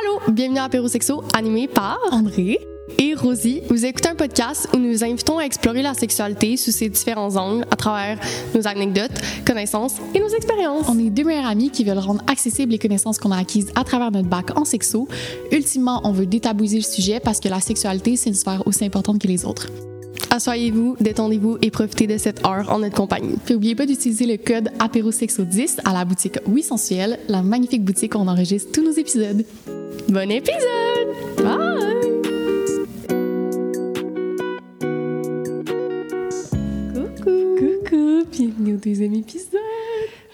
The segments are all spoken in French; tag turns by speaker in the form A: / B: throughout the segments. A: Allô, bienvenue à Apéro Sexo, animé par
B: André.
A: et Rosie. Vous écoutez un podcast où nous vous invitons à explorer la sexualité sous ses différents angles à travers nos anecdotes, connaissances et nos expériences.
B: On est deux meilleurs amis qui veulent rendre accessibles les connaissances qu'on a acquises à travers notre bac en sexo. Ultimement, on veut détabouiser le sujet parce que la sexualité, c'est une sphère aussi importante que les autres.
A: Assoyez-vous, détendez-vous et profitez de cette heure en notre compagnie.
B: Puis oubliez pas d'utiliser le code apérosexo10 à la boutique Oui Sensuel, la magnifique boutique où on enregistre tous nos épisodes.
A: Bon épisode! Bye! Coucou!
B: Coucou, bienvenue au deuxième épisode.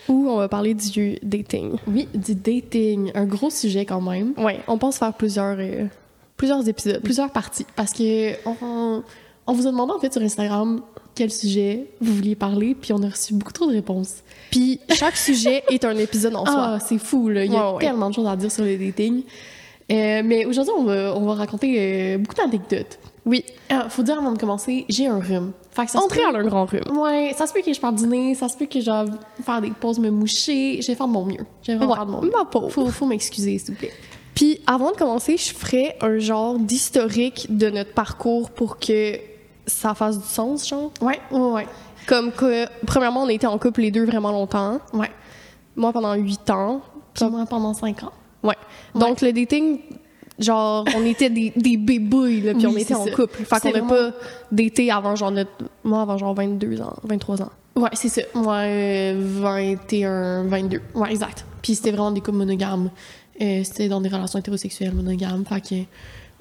A: Où on va parler du dating.
B: Oui, du dating, un gros sujet quand même.
A: Ouais, on pense faire plusieurs, euh, plusieurs épisodes.
B: Plusieurs parties, parce que on, on vous a demandé en fait sur Instagram quel sujet vous vouliez parler, puis on a reçu beaucoup trop de réponses.
A: Puis chaque sujet est un épisode en soi.
B: Ah, c'est fou, là. Il y a
A: Ouais, ouais.
B: tellement de choses à dire sur le dating. Euh, mais aujourd'hui, on va, on va raconter euh, beaucoup d'anecdotes.
A: Oui,
B: Ah, faut dire avant de commencer, j'ai un rhume. Fait que ça se
A: entrer
B: peut-
A: dans un grand rhume.
B: Ouais, ça se peut que je parte dîner, ça se peut que je doive faire des pauses, me moucher. Je vais faire de mon mieux. Je vais vraiment
A: Ouais,
B: faire de mon mieux.
A: ma pauvre.
B: Faut, faut m'excuser, s'il vous plaît.
A: Puis avant de commencer, je ferai un genre d'historique de notre parcours pour que ça fasse du sens, genre.
B: Ouais, ouais, ouais.
A: Comme que, premièrement, on était en couple les deux vraiment longtemps.
B: Ouais.
A: Moi, pendant huit ans.
B: Puis moi, pendant 5 ans.
A: Ouais. Donc, le dating, genre, on était des, des bébouilles, là, puis
B: Oui,
A: on était
B: c'est
A: en
B: ça.
A: couple. Fait qu'on
B: C'est
A: n'a
B: vraiment-
A: pas daté avant, genre, notre... moi, avant, genre, 22 ans, 23 ans.
B: Ouais, c'est ça. Moi, euh, 21, 22. Ouais, exact. Puis c'était vraiment des couples monogames. Euh, c'était dans des relations hétérosexuelles monogames. Fait que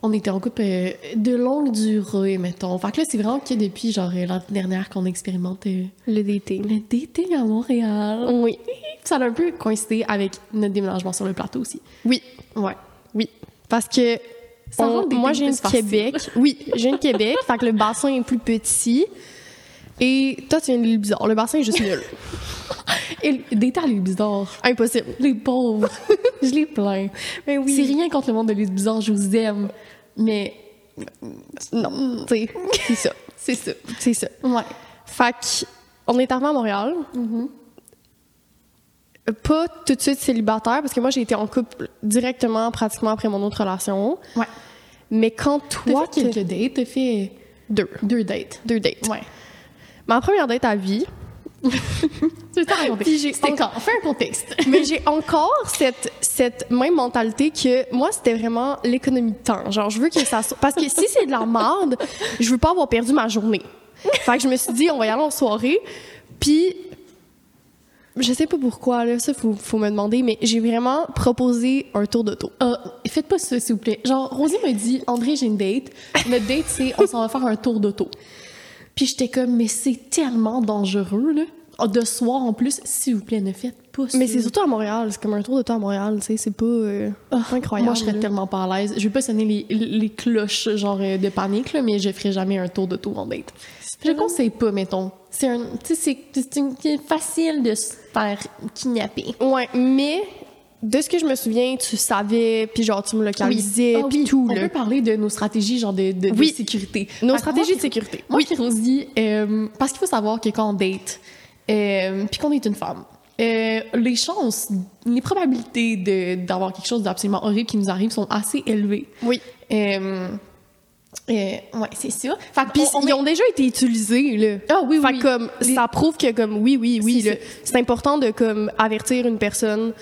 B: on était en couple euh, de longue durée, mettons. Fait que là, c'est vraiment que depuis, genre, euh, l'année dernière qu'on expérimente euh,
A: Le dating.
B: le dating à Montréal.
A: Oui.
B: Ça a un peu coïncidé avec notre déménagement sur le plateau aussi.
A: Oui.
B: Ouais.
A: Oui. Parce que
B: Ça
A: on-
B: rend des
A: moi,
B: dates
A: j'ai une
B: plus faciles.
A: Québec. Oui, j'ai une Québec. fait que le bassin est plus petit. Et toi, tu viens de l'île bizarre. Le bassin est juste nul.
B: Et le- dater à l'île bizarre.
A: Impossible.
B: Les pauvres. je les plains.
A: Mais
B: C'est rien contre le monde de l'île bizarre, je vous aime. Mais
A: Non. tu sais, C'est ça.
B: c'est ça.
A: C'est ça.
B: Ouais.
A: Fait que, on est arrivé à Montréal.
B: Mm-hmm.
A: Pas tout de suite célibataire, parce que moi, j'ai été en couple directement, pratiquement après mon autre relation.
B: Ouais.
A: Mais quand
B: T'as
A: toi,
B: fait quelques dates, t'as fait
A: deux.
B: deux dates.
A: Deux dates.
B: Ouais.
A: Ma première date à vie,
B: Tu veux t'en raconter?
A: Puis j'ai
B: C'était
A: encore-
B: quand? Fais un contexte.
A: Mais j'ai encore cette, cette même mentalité que moi, c'était vraiment l'économie de temps. Genre, je veux que ça soit. Parce que si c'est de la merde, je veux pas avoir perdu ma journée. Fait que je me suis dit, on va y aller en soirée. Puis, je sais pas pourquoi, là, ça, faut, faut me demander, mais j'ai vraiment proposé un tour d'auto.
B: Euh, faites pas ça, s'il vous plaît. Genre, Rosie me dit, André, j'ai une date. Notre date, c'est on s'en va faire un tour d'auto. Puis j'étais comme, mais c'est tellement dangereux, là. Ah, De soir en plus, s'il vous plaît, ne faites pas ça.
A: Mais c'est surtout à Montréal. C'est comme un tour d'auto à Montréal, tu sais. C'est pas euh, incroyable.
B: Ah, Oh, Moi, je serais
A: là.
B: tellement pas à l'aise. Je vais pas sonner les, les cloches, genre, euh, de panique, là, mais je ferai jamais un tour d'auto en date. Je
A: tellement-
B: conseille pas, mettons. C'est un. Tu sais, c'est- c'est une- c'est facile de se faire kidnapper.
A: Ouais, mais de ce que je me souviens, tu savais, puis genre, tu me localisais,
B: Ah
A: puis
B: oui,
A: tout,
B: on
A: là.
B: peut parler de nos stratégies genre de, de- de
A: Oui.
B: sécurité.
A: Nos
B: Fait que
A: stratégies
B: Bah, moi,
A: de sécurité.
B: Moi, puis Rosie, euh, parce qu'il faut savoir que quand on date, euh, puis qu'on est une femme, euh, les chances, les probabilités de- d'avoir quelque chose d'absolument horrible qui nous arrive sont assez élevées.
A: Oui.
B: Euh, euh, ouais, c'est sûr. Fait que
A: Puis
B: on- on
A: ils ont déjà été utilisés, là.
B: Ah oui,
A: Fait
B: oui.
A: que comme,
B: Les-
A: ça prouve que, comme, oui, oui, oui,
B: C'est
A: là, c'est important de, comme, avertir une personne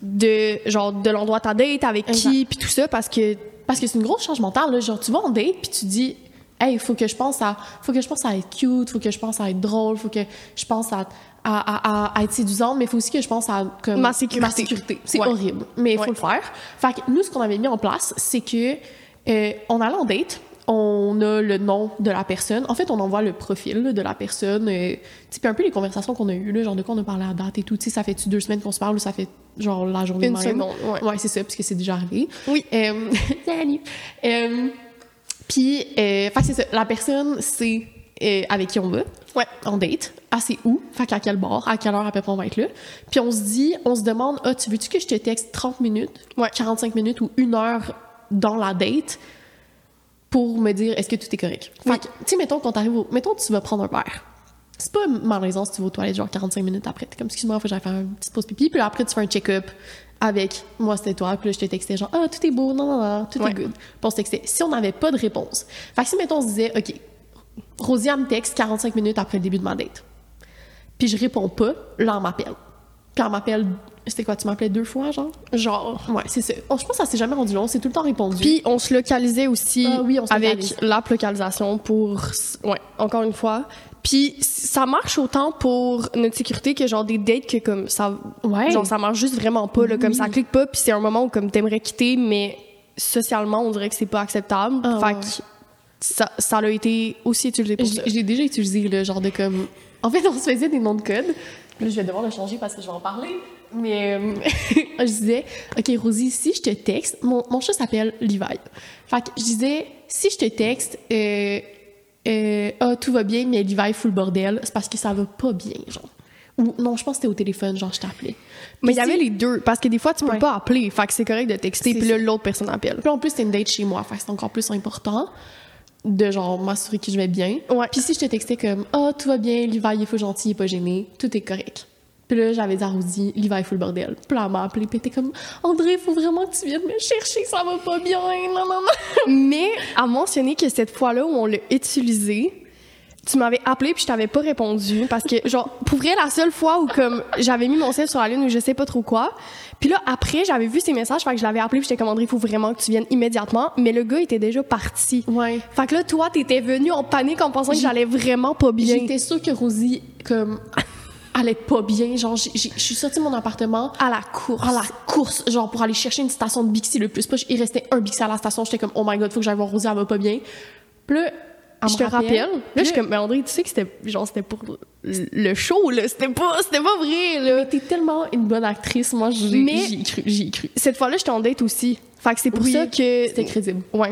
A: de, genre, de l'endroit de ta date, avec qui,
B: Exact.
A: puis tout ça, parce que,
B: Parce que c'est une grosse charge mentale, là. Genre, tu vas en date, puis tu dis, hey, faut que je pense à, faut que je pense à être cute, faut que je pense à être drôle, faut que je pense à, à, à- à- à être séduisante, mais faut aussi que je pense à, comme,
A: Ma sécurité.
B: C'est
A: Ouais.
B: horrible, mais il
A: Ouais.
B: faut le faire. Fait que nous, ce qu'on avait mis en place, c'est que, euh, on allait en date, on a le nom de la personne. En fait, on envoie le profil là, de la personne. euh, tu sais, puis un peu les conversations qu'on a eues, là, genre de quoi on a parlé à date et tout. Tu sais, ça fait-tu deux semaines qu'on se parle ou ça fait genre la journée
A: Une
B: même?
A: seconde, ouais.
B: Ouais, c'est ça, puisque c'est déjà arrivé.
A: Oui.
B: Euh, salut. Euh, Puis, euh, fait que c'est ça. La personne, c'est euh, avec qui on va.
A: Ouais.
B: On date. Ah, c'est où? Fait qu'à quel bar? À quelle heure à peu près on va être là? Puis on se dit, on se demande, ah, tu veux-tu que je te texte 30 minutes,
A: Ouais.
B: 45 minutes ou une heure dans la date pour me dire est-ce que tout est correct? Fait
A: Oui.
B: que, tu sais, mettons, quand t'arrives au. Mettons, tu vas prendre un verre. C'est pas malaisant si tu vas aux toilettes genre 45 minutes après. T'es comme, excuse-moi, faut que j'aille faire une petite pause pipi. Puis là, après, tu fais un check-up avec moi, c'était toi. Puis là, je te textais genre, ah, tout est beau, non, non, non, tout
A: Ouais.
B: est good. Puis on se textait. Si on n'avait pas de réponse. Fait que si, mettons, on se disait, OK, Rosia me texte 45 minutes après le début de ma date. Puis je réponds pas, là, on m'appelle. Puis on m'appelle, c'était quoi, tu m'appelais deux fois, genre?
A: Genre.
B: Ouais, c'est ça. On- Je pense que ça s'est jamais rendu long, c'est tout le temps répondu.
A: Puis on se localisait aussi
B: Ah oui, on se
A: avec
B: localise.
A: l'app localisation pour. Ouais, encore une fois. Puis ça marche autant pour notre sécurité que genre des dates que comme ça.
B: Ouais.
A: Genre ça marche juste vraiment pas, là, comme ça clique pas, puis c'est un moment où comme t'aimerais quitter, mais socialement on dirait que c'est pas acceptable.
B: Ah,
A: fait
B: ouais.
A: que ça, ça l'a été aussi utilisé pour ça.
B: J'ai j'ai déjà utilisé le genre de comme. En fait, on se faisait des noms de code. Là, je vais devoir le changer parce que je vais en parler. Mais euh, je disais, OK, Rosie, si je te texte, mon, mon chat s'appelle Levi. Fait que je disais, si je te texte, euh, euh, ah, tout va bien, mais Levi fout le bordel, c'est parce que ça va pas bien, genre. Ou non, je pense que c'était au téléphone, genre, je t'appelais.
A: Mais il
B: Puis
A: y avait
B: si-
A: les deux, parce que des fois tu peux
B: Ouais.
A: pas appeler, fait que c'est correct de texter,
B: C'est
A: puis là
B: ça.
A: l'autre personne appelle.
B: Puis en plus, c'était une date chez moi, fait que c'est encore plus important de genre m'assurer que je vais bien.
A: Ouais.
B: Puis si je te textais comme Ah, tout va bien, l'hiver, il est fou gentil, il est pas gêné, tout est correct. Puis là, j'avais dit à Rosie, l'hiver, il faut le bordel. Puis là, elle m'a appelé, puis elle était comme André, il faut vraiment que tu viennes me chercher, ça va pas bien, non, non, non.
A: Mais à mentionner que cette fois-là où on l'a utilisé, tu m'avais appelé puis je t'avais pas répondu parce que genre pour vrai la seule fois où comme j'avais mis mon sel sur la lune ou je sais pas trop quoi. Puis là après j'avais vu ses messages fait que je l'avais appelé puis j'étais commandé il faut vraiment que tu viennes immédiatement mais le gars était déjà parti.
B: Ouais.
A: Fait que là toi t'étais venu en panique en pensant que
B: J'ai-
A: j'allais vraiment pas bien.
B: J'étais sûre que Rosie, comme, allait pas bien. Genre, j'ai- j'ai- je suis sortie de mon appartement,
A: à la course.
B: à la course, genre pour aller chercher une station de Bixi le plus proche. Il restait un Bixi à la station. J'étais comme, oh my god, faut que j'aille voir Rosie, elle va pas bien. Puis là, elle
A: je
B: me
A: te rappelle. Là, je
B: Puis
A: suis comme, mais André, tu sais que c'était, genre, c'était pour le le show, là. C'était pas, c'était pas vrai, là.
B: Mais t'es tellement une bonne actrice. Moi, j'ai-
A: Mais-
B: j'y ai cru, j'y ai cru.
A: Cette fois-là, j'étais en date aussi. Fait que c'est pour
B: Oui,
A: ça que.
B: C'était crédible.
A: Ouais.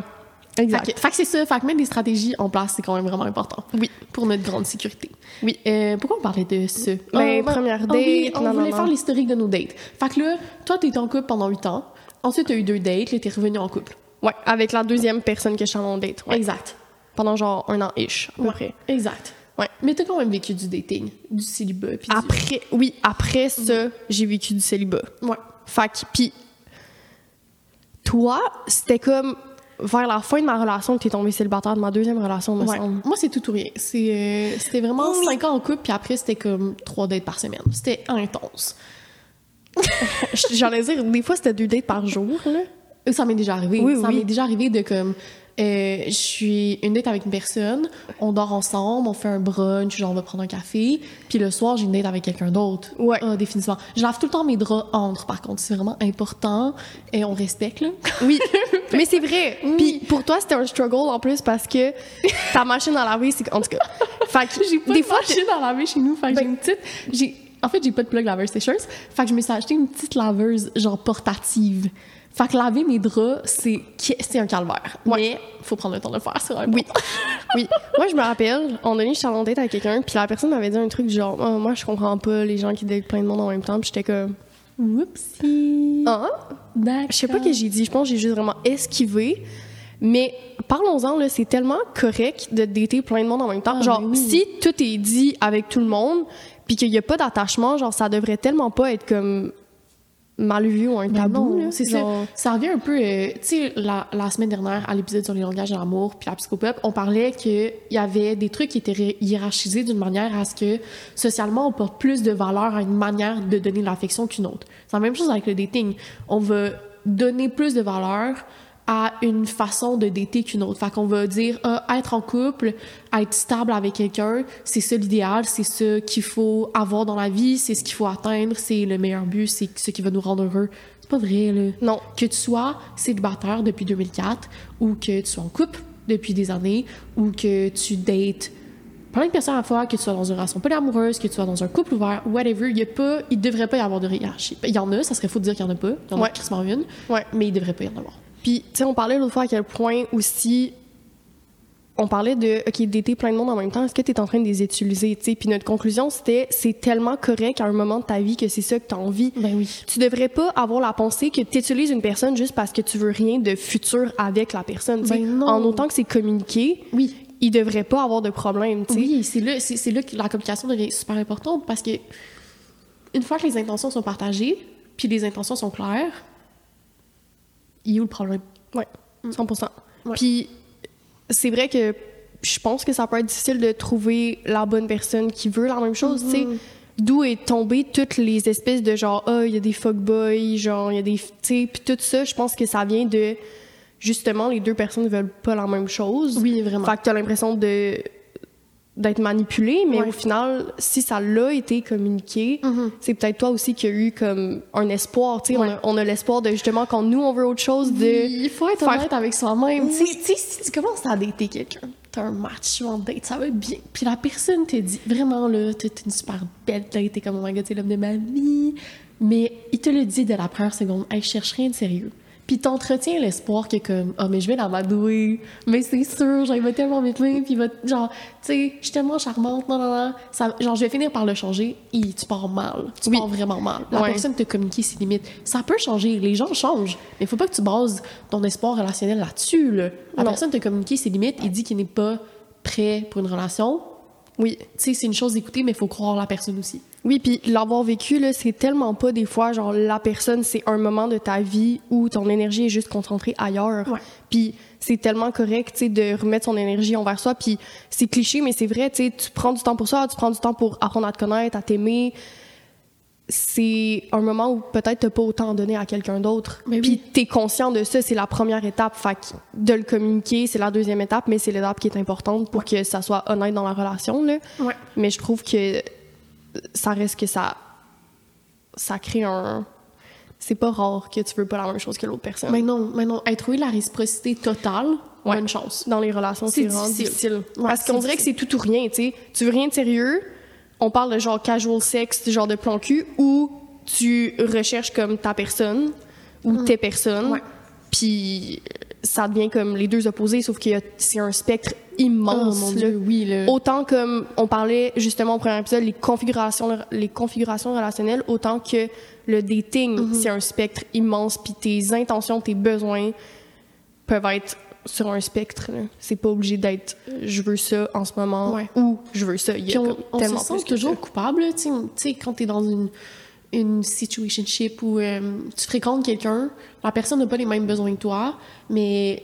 A: Oh.
B: Fait
A: Exact.
B: que, fait que c'est ça. Fait que mettre des stratégies en place, c'est quand même vraiment important.
A: Oui.
B: Pour notre grande sécurité.
A: Oui.
B: Euh, pourquoi on parlait de ça?
A: Ben,
B: ben-
A: première
B: ah oui,
A: date,
B: on
A: non, non,
B: voulait
A: non.
B: faire l'historique de nos dates. Fait que là, toi, t'étais en couple pendant 8 ans. Ensuite, t'as eu deux dates. Là, t'es revenu en couple.
A: Ouais, avec la deuxième personne que je suis à mon date. ouais.
B: Exact.
A: Pendant genre un an ish, à peu près.
B: Exact.
A: Ouais.
B: Mais t'as quand même vécu du dating, du célibat. Puis du-
A: Après, oui, après ça, j'ai vécu du célibat.
B: Ouais.
A: Fait que, pis, toi, c'était comme vers la fin de ma relation que t'es tombée célibataire, de ma deuxième relation, me
B: Ouais.
A: semble.
B: Moi, c'est tout ou rien. C'est, euh, c'était vraiment
A: Oui.
B: 5 ans en couple, puis après, c'était comme 3 dates par semaine. C'était intense.
A: J'allais dire, des fois, c'était deux dates par jour, là.
B: Euh, Ça m'est déjà arrivé.
A: Oui,
B: ça
A: oui.
B: m'est déjà arrivé de comme. euh, je suis une date avec une personne, on dort ensemble, on fait un brunch, genre on va prendre un café, puis le soir j'ai une date avec quelqu'un d'autre.
A: Ouais.
B: Ah, définitivement. Je lave tout le temps mes draps entre, par contre, c'est vraiment important et on respecte là.
A: Oui, mais c'est vrai.
B: Oui.
A: Puis pour toi, c'était un struggle en plus parce que ta machine à laver, c'est en tout cas. Fait que
B: J'ai pas
A: des
B: de
A: fois,
B: machine à laver chez nous, fait que
A: Ben-
B: j'ai une petite. J'ai, en fait, j'ai pas de plug laveuse sécheuse, fait que je me suis acheté une petite laveuse genre portative. Fait que laver mes draps, c'est c'est un calvaire.
A: Ouais.
B: Mais faut prendre le temps de le faire, c'est vrai.
A: Oui. Oui. Moi, je me rappelle, on donné, je suis allée en date avec quelqu'un, puis la personne m'avait dit un truc du genre, Ah, moi, je comprends pas les gens qui datent plein de monde en même temps, puis j'étais comme,
B: Whoopsie.
A: ah,
B: D'accord.
A: je sais pas ce que j'ai dit, je pense que j'ai juste vraiment esquivé. Mais parlons-en, là, c'est tellement correct de dater plein de monde en même temps.
B: Ah,
A: genre,
B: mais oui.
A: si tout est dit avec tout le monde, puis qu'il y a pas d'attachement, genre, ça devrait tellement pas être comme mal vu ou un
B: Ben
A: tabou,
B: non,
A: là.
B: c'est
A: Genre-
B: ça. Ça revient un peu, euh, tu sais, la, la semaine dernière, à l'épisode sur les langages de l'amour puis la psychopop, on parlait qu'il y avait des trucs qui étaient ré- hiérarchisés d'une manière à ce que, socialement, on porte plus de valeur à une manière de donner de l'affection qu'une autre. C'est la même chose avec le dating. On va donner plus de valeur à une façon de dater qu'une autre. Fait qu'on va dire, ah, être en couple, être stable avec quelqu'un, c'est ça l'idéal, c'est ça qu'il faut avoir dans la vie, c'est ce qu'il faut atteindre, c'est le meilleur but, c'est ce qui va nous rendre heureux. C'est pas vrai, là.
A: Non.
B: Que tu sois célibataire depuis 2004 ou que tu sois en couple depuis des années ou que tu dates plein de personnes à la fois, que tu sois dans une relation amoureuse, que tu sois dans un couple ouvert, whatever, il y a pas, il devrait pas y avoir de hiérarchie. Ben, Il y en a, ça serait fou de dire qu'il y en a pas. Il y en a
A: Ouais.
B: crissement une,
A: Ouais.
B: mais il devrait pas y en avoir.
A: Puis, tu sais, on parlait l'autre fois à quel point aussi. On parlait de, OK, d'été plein de monde en même temps, est-ce que tu es en train de les utiliser, tu sais? Puis notre conclusion, c'était, c'est tellement correct à un moment de ta vie que c'est ça que tu as envie.
B: Ben oui.
A: Tu devrais pas avoir la pensée que tu utilises une personne juste parce que tu veux rien de futur avec la personne, tu sais.
B: Ben non.
A: En autant que c'est communiqué,
B: Oui.
A: il devrait pas avoir de problème, tu sais.
B: Oui, c'est là, c'est, c'est là que la communication devient super importante parce que une fois que les intentions sont partagées, puis les intentions sont claires, il est où le problème?
A: Ouais, 100%.
B: Mm. Ouais.
A: Puis c'est vrai que je pense que ça peut être difficile de trouver la bonne personne qui veut la même chose, tu sais.
B: Mm-hmm.
A: D'où est tombée toutes les espèces de genre ah, il y a des fuckboys, genre il y a des tu sais, puis tout ça, je pense que ça vient de justement les deux personnes veulent pas la même chose.
B: Oui, vraiment.
A: Fait que t'as l'impression de d'être manipulé, mais
B: Ouais.
A: au final, si ça l'a été communiqué,
B: Mhm.
A: c'est peut-être toi aussi qui a eu comme un espoir, tu sais, on
B: Ouais.
A: a- on a, l'espoir de justement quand nous on veut autre chose, de
B: Il faut être
A: faire-
B: honnête avec soi-même.
A: Oui.
B: Tu sais- tu sais, si tu commences à dater quelqu'un, t'as un match, tu vas en date, ça va être bien. Puis la personne te dit, vraiment là, t'es t'es une super belle, là, t'es comme, oh my god, t'es l'homme de ma vie. Mais il te le dit dès la première seconde, hey, je cherche rien de sérieux. Puis t'entretiens l'espoir que comme, oh mais je vais l'amadouer, mais c'est sûr, genre, il va tellement m'aimer, puis il va, genre, tu sais, je suis tellement charmante, non, non, non. Ça- genre, je vais finir par le changer, et tu pars mal, tu
A: Oui.
B: pars vraiment mal. La
A: Ouais.
B: personne personne te communiquer ses limites. Ça peut changer, les gens changent, mais faut pas que tu bases ton espoir relationnel là-dessus. là. La
A: Non.
B: personne te communique ses limites, il dit qu'il n'est pas prêt pour une relation.
A: oui,
B: Tu sais, c'est une chose d'écouter, mais il faut croire la personne aussi.
A: Oui, puis l'avoir vécu, là, c'est tellement pas des fois, genre, la personne, c'est un moment de ta vie où ton énergie est juste concentrée ailleurs.
B: Ouais.
A: Puis c'est tellement correct, tu sais, de remettre son énergie envers soi. Puis c'est cliché, mais c'est vrai, tu sais, tu prends du temps pour ça, tu prends du temps pour apprendre à te connaître, à t'aimer. C'est un moment où peut-être t'as pas autant donné à quelqu'un d'autre.
B: Mais
A: Puis
B: Ben oui.
A: t'es conscient de ça, c'est la première étape. Fait que de le communiquer, c'est la deuxième étape, mais c'est l'étape qui est importante pour que ça soit honnête dans la relation, là.
B: Ouais.
A: Mais je trouve que ça reste que ça. Ça crée un. C'est pas rare que tu veux pas la même chose que l'autre personne.
B: Mais non, mais non, Hey, trouver la réciprocité totale, on a une chance.
A: Dans les relations,
B: C'est
A: c'est vraiment
B: difficile.
A: difficile.
B: Ouais,
A: Parce
B: c'est
A: qu'on dirait que c'est tout ou rien, tu sais. Tu veux rien de sérieux, on parle de genre casual sex, du genre de plan cul, ou tu recherches comme ta personne ou tes personnes.
B: Mm. Ouais.
A: Puis ça devient comme les deux opposés, sauf que c'est un spectre
B: Oh
A: immense.
B: mon
A: là.
B: dieu, oui, là.
A: Autant comme on parlait justement au premier épisode, les configurations, les configurations relationnelles, autant que le dating,
B: Mm-hmm.
A: c'est un spectre immense, puis tes intentions, tes besoins peuvent être sur un spectre. là. C'est pas obligé d'être euh, je veux ça en ce moment
B: Ouais.
A: ou je veux ça. Il y
B: Puis
A: a
B: on,
A: comme
B: on se
A: tellement plus
B: sent
A: que
B: toujours
A: ça.
B: coupable, là, tu sais, on- tu sais, quand t'es dans une, une situationship où euh, tu fréquentes quelqu'un, la personne n'a pas les mêmes besoins que toi, mais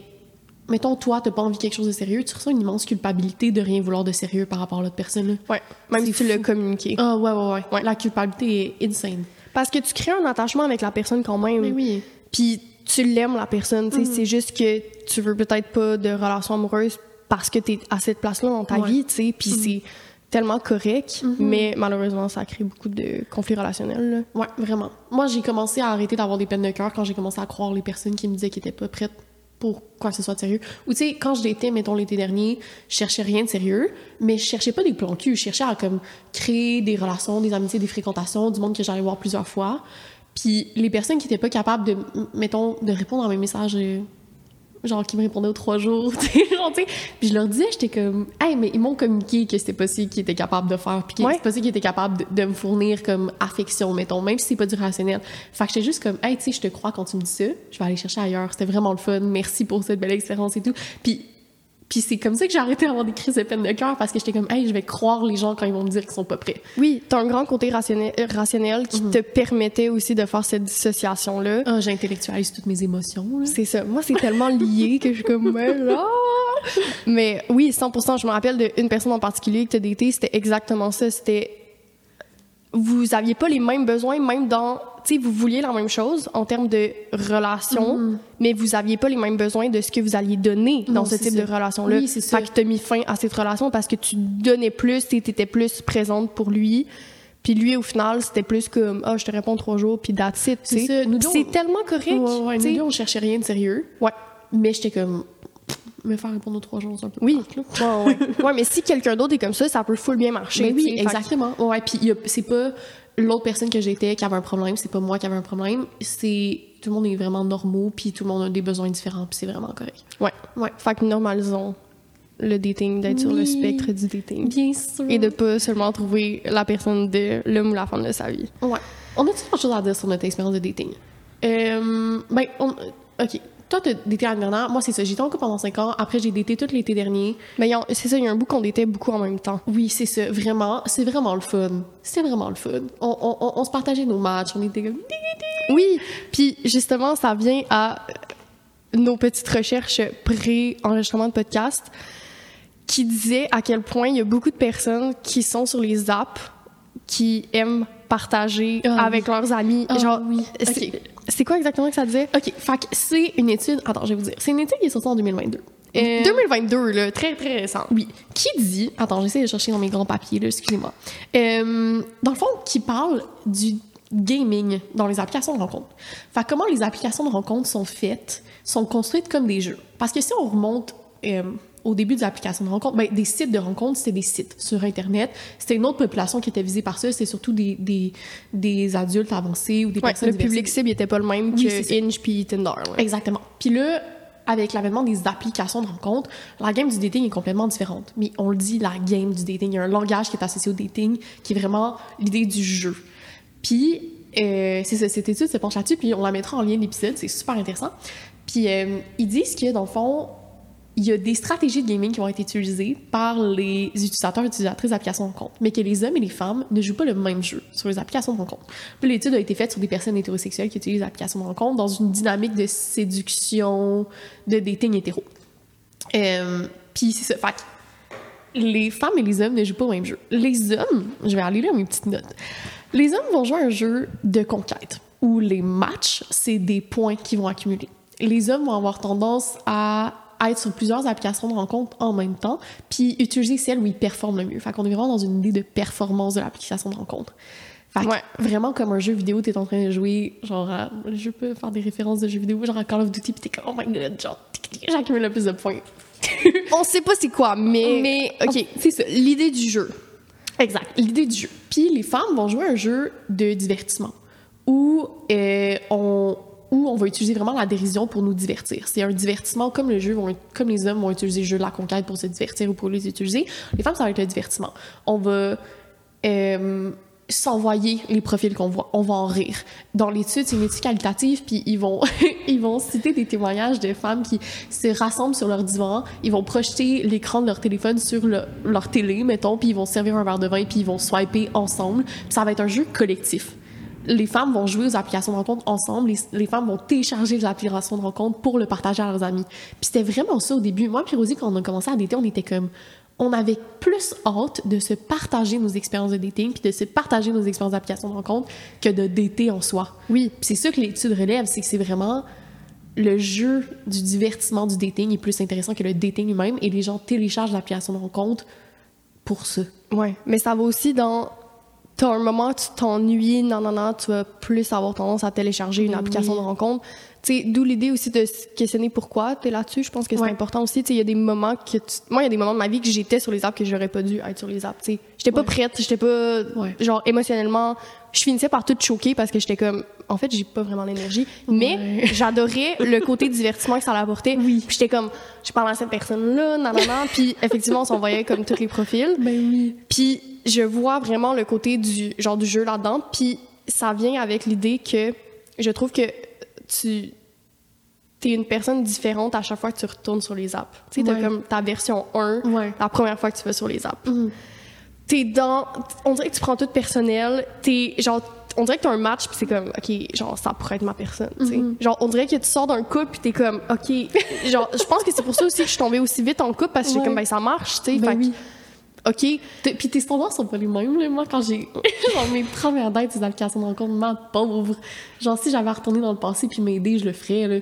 B: mettons, toi, t'as pas envie de quelque chose de sérieux, tu ressens une immense culpabilité de rien vouloir de sérieux par rapport à l'autre personne. là.
A: Ouais, même
B: C'est
A: si tu le
B: fou.
A: communiqué.
B: Ah ouais, ouais, ouais,
A: Ouais.
B: La culpabilité est insane.
A: Parce que tu crées un attachement avec la personne quand même.
B: Mais oui. Mm.
A: Puis tu l'aimes, la personne. tu sais, C'est juste que tu veux peut-être pas de relation amoureuse parce que tu es à cette place-là dans ta
B: Ouais. Mm-hmm.
A: vie. tu sais, Puis c'est tellement correct, mais malheureusement, ça crée beaucoup de conflits relationnels. là.
B: Ouais, vraiment. Moi, j'ai commencé à arrêter d'avoir des peines de cœur quand j'ai commencé à croire les personnes qui me disaient qu'ils étaient pas prêtes pour quoi que ce soit de sérieux. Ou tu sais, quand je l'étais, mettons l'été dernier, je cherchais rien de sérieux, mais je cherchais pas des plans cul, je cherchais à comme créer des relations, des amitiés, des fréquentations, du monde que j'allais voir plusieurs fois. Puis les personnes qui étaient pas capables de, m- mettons, de répondre à mes messages euh, genre qui me répondaient aux trois jours, tu sais, genre, tu sais. Puis je leur disais, j'étais comme, hey, mais ils m'ont communiqué que c'était pas ce qu'ils étaient capables de faire, puis que
A: Ouais.
B: c'était pas ce qu'ils étaient capables de, de me fournir comme affection, mettons, même si c'est pas du rationnel. Fait que j'étais juste comme, hey, tu sais, je te crois quand tu me dis ça, je vais aller chercher ailleurs, c'était vraiment le fun, merci pour cette belle expérience et tout. Puis puis c'est comme ça que j'ai arrêté d'avoir des crises de peine de cœur parce que j'étais comme, hey, je vais croire les gens quand ils vont me dire qu'ils sont pas prêts.
A: Oui, tu as un grand côté rationnel, euh, rationnel
B: Mm-hmm.
A: qui te permettait aussi de faire cette dissociation-là.
B: Ah, j'intellectualise toutes mes émotions, là.
A: C'est ça. Moi, c'est tellement lié que je suis comme, mais là. Mais oui, 100 Je me rappelle d'une personne en particulier que tu as daté, c'était exactement ça. C'était. Vous aviez pas les mêmes besoins, même dans. Tu sais, vous vouliez la même chose en termes de relation, mais vous aviez pas les mêmes besoins de ce que vous alliez donner dans
B: Mm-hmm. Non,
A: ce
B: c'est
A: type
B: ça.
A: de relation-là.
B: Oui, c'est ça.
A: Fait que t'as mis fin à cette relation parce que tu donnais plus, tu étais plus présente pour lui. Puis lui, au final, c'était plus comme, ah, je te réponds trois jours, puis that's it, tu
B: C'est
A: sais.
B: ça.
A: Puis
B: Nous deux,
A: C'est
B: on-
A: tellement correct.
B: Ouais, ouais, nous
A: tu sais.
B: deux, on cherchait rien de sérieux.
A: Ouais.
B: Mais j'étais comme, me faire répondre aux trois jours, c'est un peu.
A: Oui. Ouais, ouais. Ouais, mais si quelqu'un d'autre est comme ça, ça peut full bien marcher.
B: Mais Ben oui,
A: tu sais. Fait
B: exactement. Ouais, puis il y a- c'est pas l'autre personne que j'étais qui avait un problème, c'est pas moi qui avait un problème. C'est tout le monde est vraiment normaux, puis tout le monde a des besoins différents, puis c'est vraiment correct.
A: que- Ouais.
B: Ouais.
A: Fait que normalisons le dating, d'être sur le
B: Oui.
A: spectre du dating.
B: Bien sûr.
A: Et de pas seulement trouver la personne de l'homme ou la femme de sa vie.
B: Ouais. On a tellement de choses à dire sur notre expérience de dating. Euh, ben, on- ok. Toi, t'as daté l'année dernière. Moi, c'est ça. J'étais en couple pendant 5 ans. Après, j'ai daté tout l'été dernier.
A: Mais il y a- Ben, c'est ça, il y a un bout qu'on était beaucoup en même temps.
B: Oui, c'est ça. Vraiment, c'est vraiment le fun. C'est vraiment le fun. On, on- on- on se partageait nos matchs. On était comme...
A: Oui, puis justement, ça vient à nos petites recherches pré-enregistrement de podcast qui disaient à quel point il y a beaucoup de personnes qui sont sur les apps qui aiment partager
B: Ah oui.
A: avec leurs amis.
B: Ah
A: Genre,
B: oui.
A: c'est
B: Ok.
A: c'est quoi exactement que ça disait?
B: OK, fait que c'est une étude... Attends, je vais vous dire. C'est une étude qui est sortie en 2022. Euh,
A: 2022, là, très très récent.
B: Oui. Qui dit... Attends, j'essaie de chercher dans mes grands papiers, là. Excusez-moi. Euh, dans le fond, qui parle du gaming dans les applications de rencontre. Fait que comment les applications de rencontre sont faites, sont construites comme des jeux. Parce que si on remonte... euh, au début des applications de rencontre, ben, des sites de rencontre, c'était des sites sur Internet. C'était une autre population qui était visée par ça. C'était surtout des, des, des adultes avancés ou des
A: Ouais,
B: personnes
A: le public
B: diverses.
A: cible n'était pas le même
B: Oui, c'est ça.
A: que Hinge puis Tinder. ouais.
B: Exactement. Puis là, avec l'avènement des applications de rencontres, la game du dating est complètement différente. Mais on le dit, la game du dating, il y a un langage qui est associé au dating, qui est vraiment l'idée du jeu. Puis, euh, c'est ça, cette étude se penche là-dessus, puis on la mettra en lien de l'épisode, c'est super intéressant. Puis, euh, ils disent que, dans le fond, il y a des stratégies de gaming qui vont être utilisées par les utilisateurs et utilisatrices d'applications de rencontre, mais que les hommes et les femmes ne jouent pas le même jeu sur les applications de rencontre. Puis l'étude a été faite sur des personnes hétérosexuelles qui utilisent l'application de rencontre dans une dynamique de séduction, de dating hétéro. Euh, Puis c'est ça. Fait que les femmes et les hommes ne jouent pas au même jeu. Les hommes, je vais aller lire mes petites notes. Les hommes vont jouer à un jeu de conquête où les matchs, c'est des points qu'ils vont accumuler. Les hommes vont avoir tendance à à être sur plusieurs applications de rencontre en même temps, puis utiliser celle où ils performent le mieux. Fait qu'on est vraiment dans une idée de performance de l'application de rencontre. Fait que
A: Ouais.
B: vraiment comme un jeu vidéo, t'es en train de jouer, genre, à- je peux faire des références de jeux vidéo, genre à Call of Duty, pis t'es comme, oh my god, genre, tic, tic, j'accumule le plus de points.
A: On sait pas c'est quoi, mais.
B: Mais,
A: OK, c'est ça, l'idée du jeu.
B: Exact, l'idée du jeu. Puis les femmes vont jouer à un jeu de divertissement où, euh, on, où on va utiliser vraiment la dérision pour nous divertir. C'est un divertissement comme le jeu, vont- comme les hommes vont utiliser le jeu de la conquête pour se divertir ou pour les utiliser. Les femmes, ça va être le divertissement. On va euh, s'envoyer les profils qu'on voit. On va en rire. Dans l'étude, c'est une étude qualitative, puis ils vont, ils vont citer des témoignages de femmes qui se rassemblent sur leur divan, ils vont projeter l'écran de leur téléphone sur le- leur télé, mettons, puis ils vont se servir un verre de vin, puis ils vont swiper ensemble. Puis ça va être un jeu collectif. Les femmes vont jouer aux applications de rencontre ensemble, les, les femmes vont télécharger les applications de rencontre pour le partager à leurs amis. Puis c'était vraiment ça au début. Moi, puis Rosie, quand on a commencé à dater, on était comme on avait plus hâte de se partager nos expériences de dating puis de se partager nos expériences d'application de rencontre que de dater en soi.
A: Oui.
B: Puis c'est ça que l'étude relève, c'est que c'est vraiment le jeu du divertissement du dating est plus intéressant que le dating lui-même et les gens téléchargent l'application de rencontre pour ça.
A: Ouais, mais ça va aussi dans. T'as un moment, tu t'ennuies, non, non, non, tu vas plus avoir tendance à télécharger une
B: Oui.
A: application de rencontre. Tu sais, d'où l'idée aussi de se questionner pourquoi t'es là-dessus. Je pense que c'est
B: Ouais.
A: important aussi. Tu sais, il y a des moments que tu. Moi, il y a des moments de ma vie que j'étais sur les apps que j'aurais pas dû être sur les apps. Tu sais, j'étais pas
B: Ouais.
A: prête, j'étais pas.
B: Ouais.
A: Genre, émotionnellement, je finissais par tout choquer parce que j'étais comme. En fait, j'ai pas vraiment l'énergie. Mais
B: Ouais.
A: j'adorais le côté divertissement que ça apportait.
B: Oui.
A: Puis j'étais comme, je parle à cette personne-là, non, non, non. Puis effectivement, on s'envoyait comme tous les profils.
B: Ben oui.
A: Puis je vois vraiment le côté du genre du jeu là-dedans. Puis ça vient avec l'idée que je trouve que tu t'es une personne différente à chaque fois que tu retournes sur les apps. Tu sais, t'as
B: Ouais.
A: comme ta version 1
B: Ouais. Mm.
A: la première fois que tu vas sur les apps. T'es dans... On dirait que tu prends tout personnel. T'es genre... On dirait que t'as un match, puis c'est comme, OK, genre, ça pourrait être ma personne, tu sais.
B: Mm-hmm.
A: Genre, on dirait que tu sors d'un couple, puis t'es comme, OK... genre, je pense que c'est pour ça aussi que je suis tombée aussi vite en couple, parce que j'étais
B: Ouais.
A: comme, ben, ça marche, tu sais.
B: Ben
A: fait que-
B: oui.
A: OK,
B: T- Puis tes standards sont pas les mêmes. là. Moi, quand j'ai genre mes premières dates, ces applications de rencontre, ma pauvre. Genre, si j'avais retourné dans le passé puis m'aider, je le ferais. Là.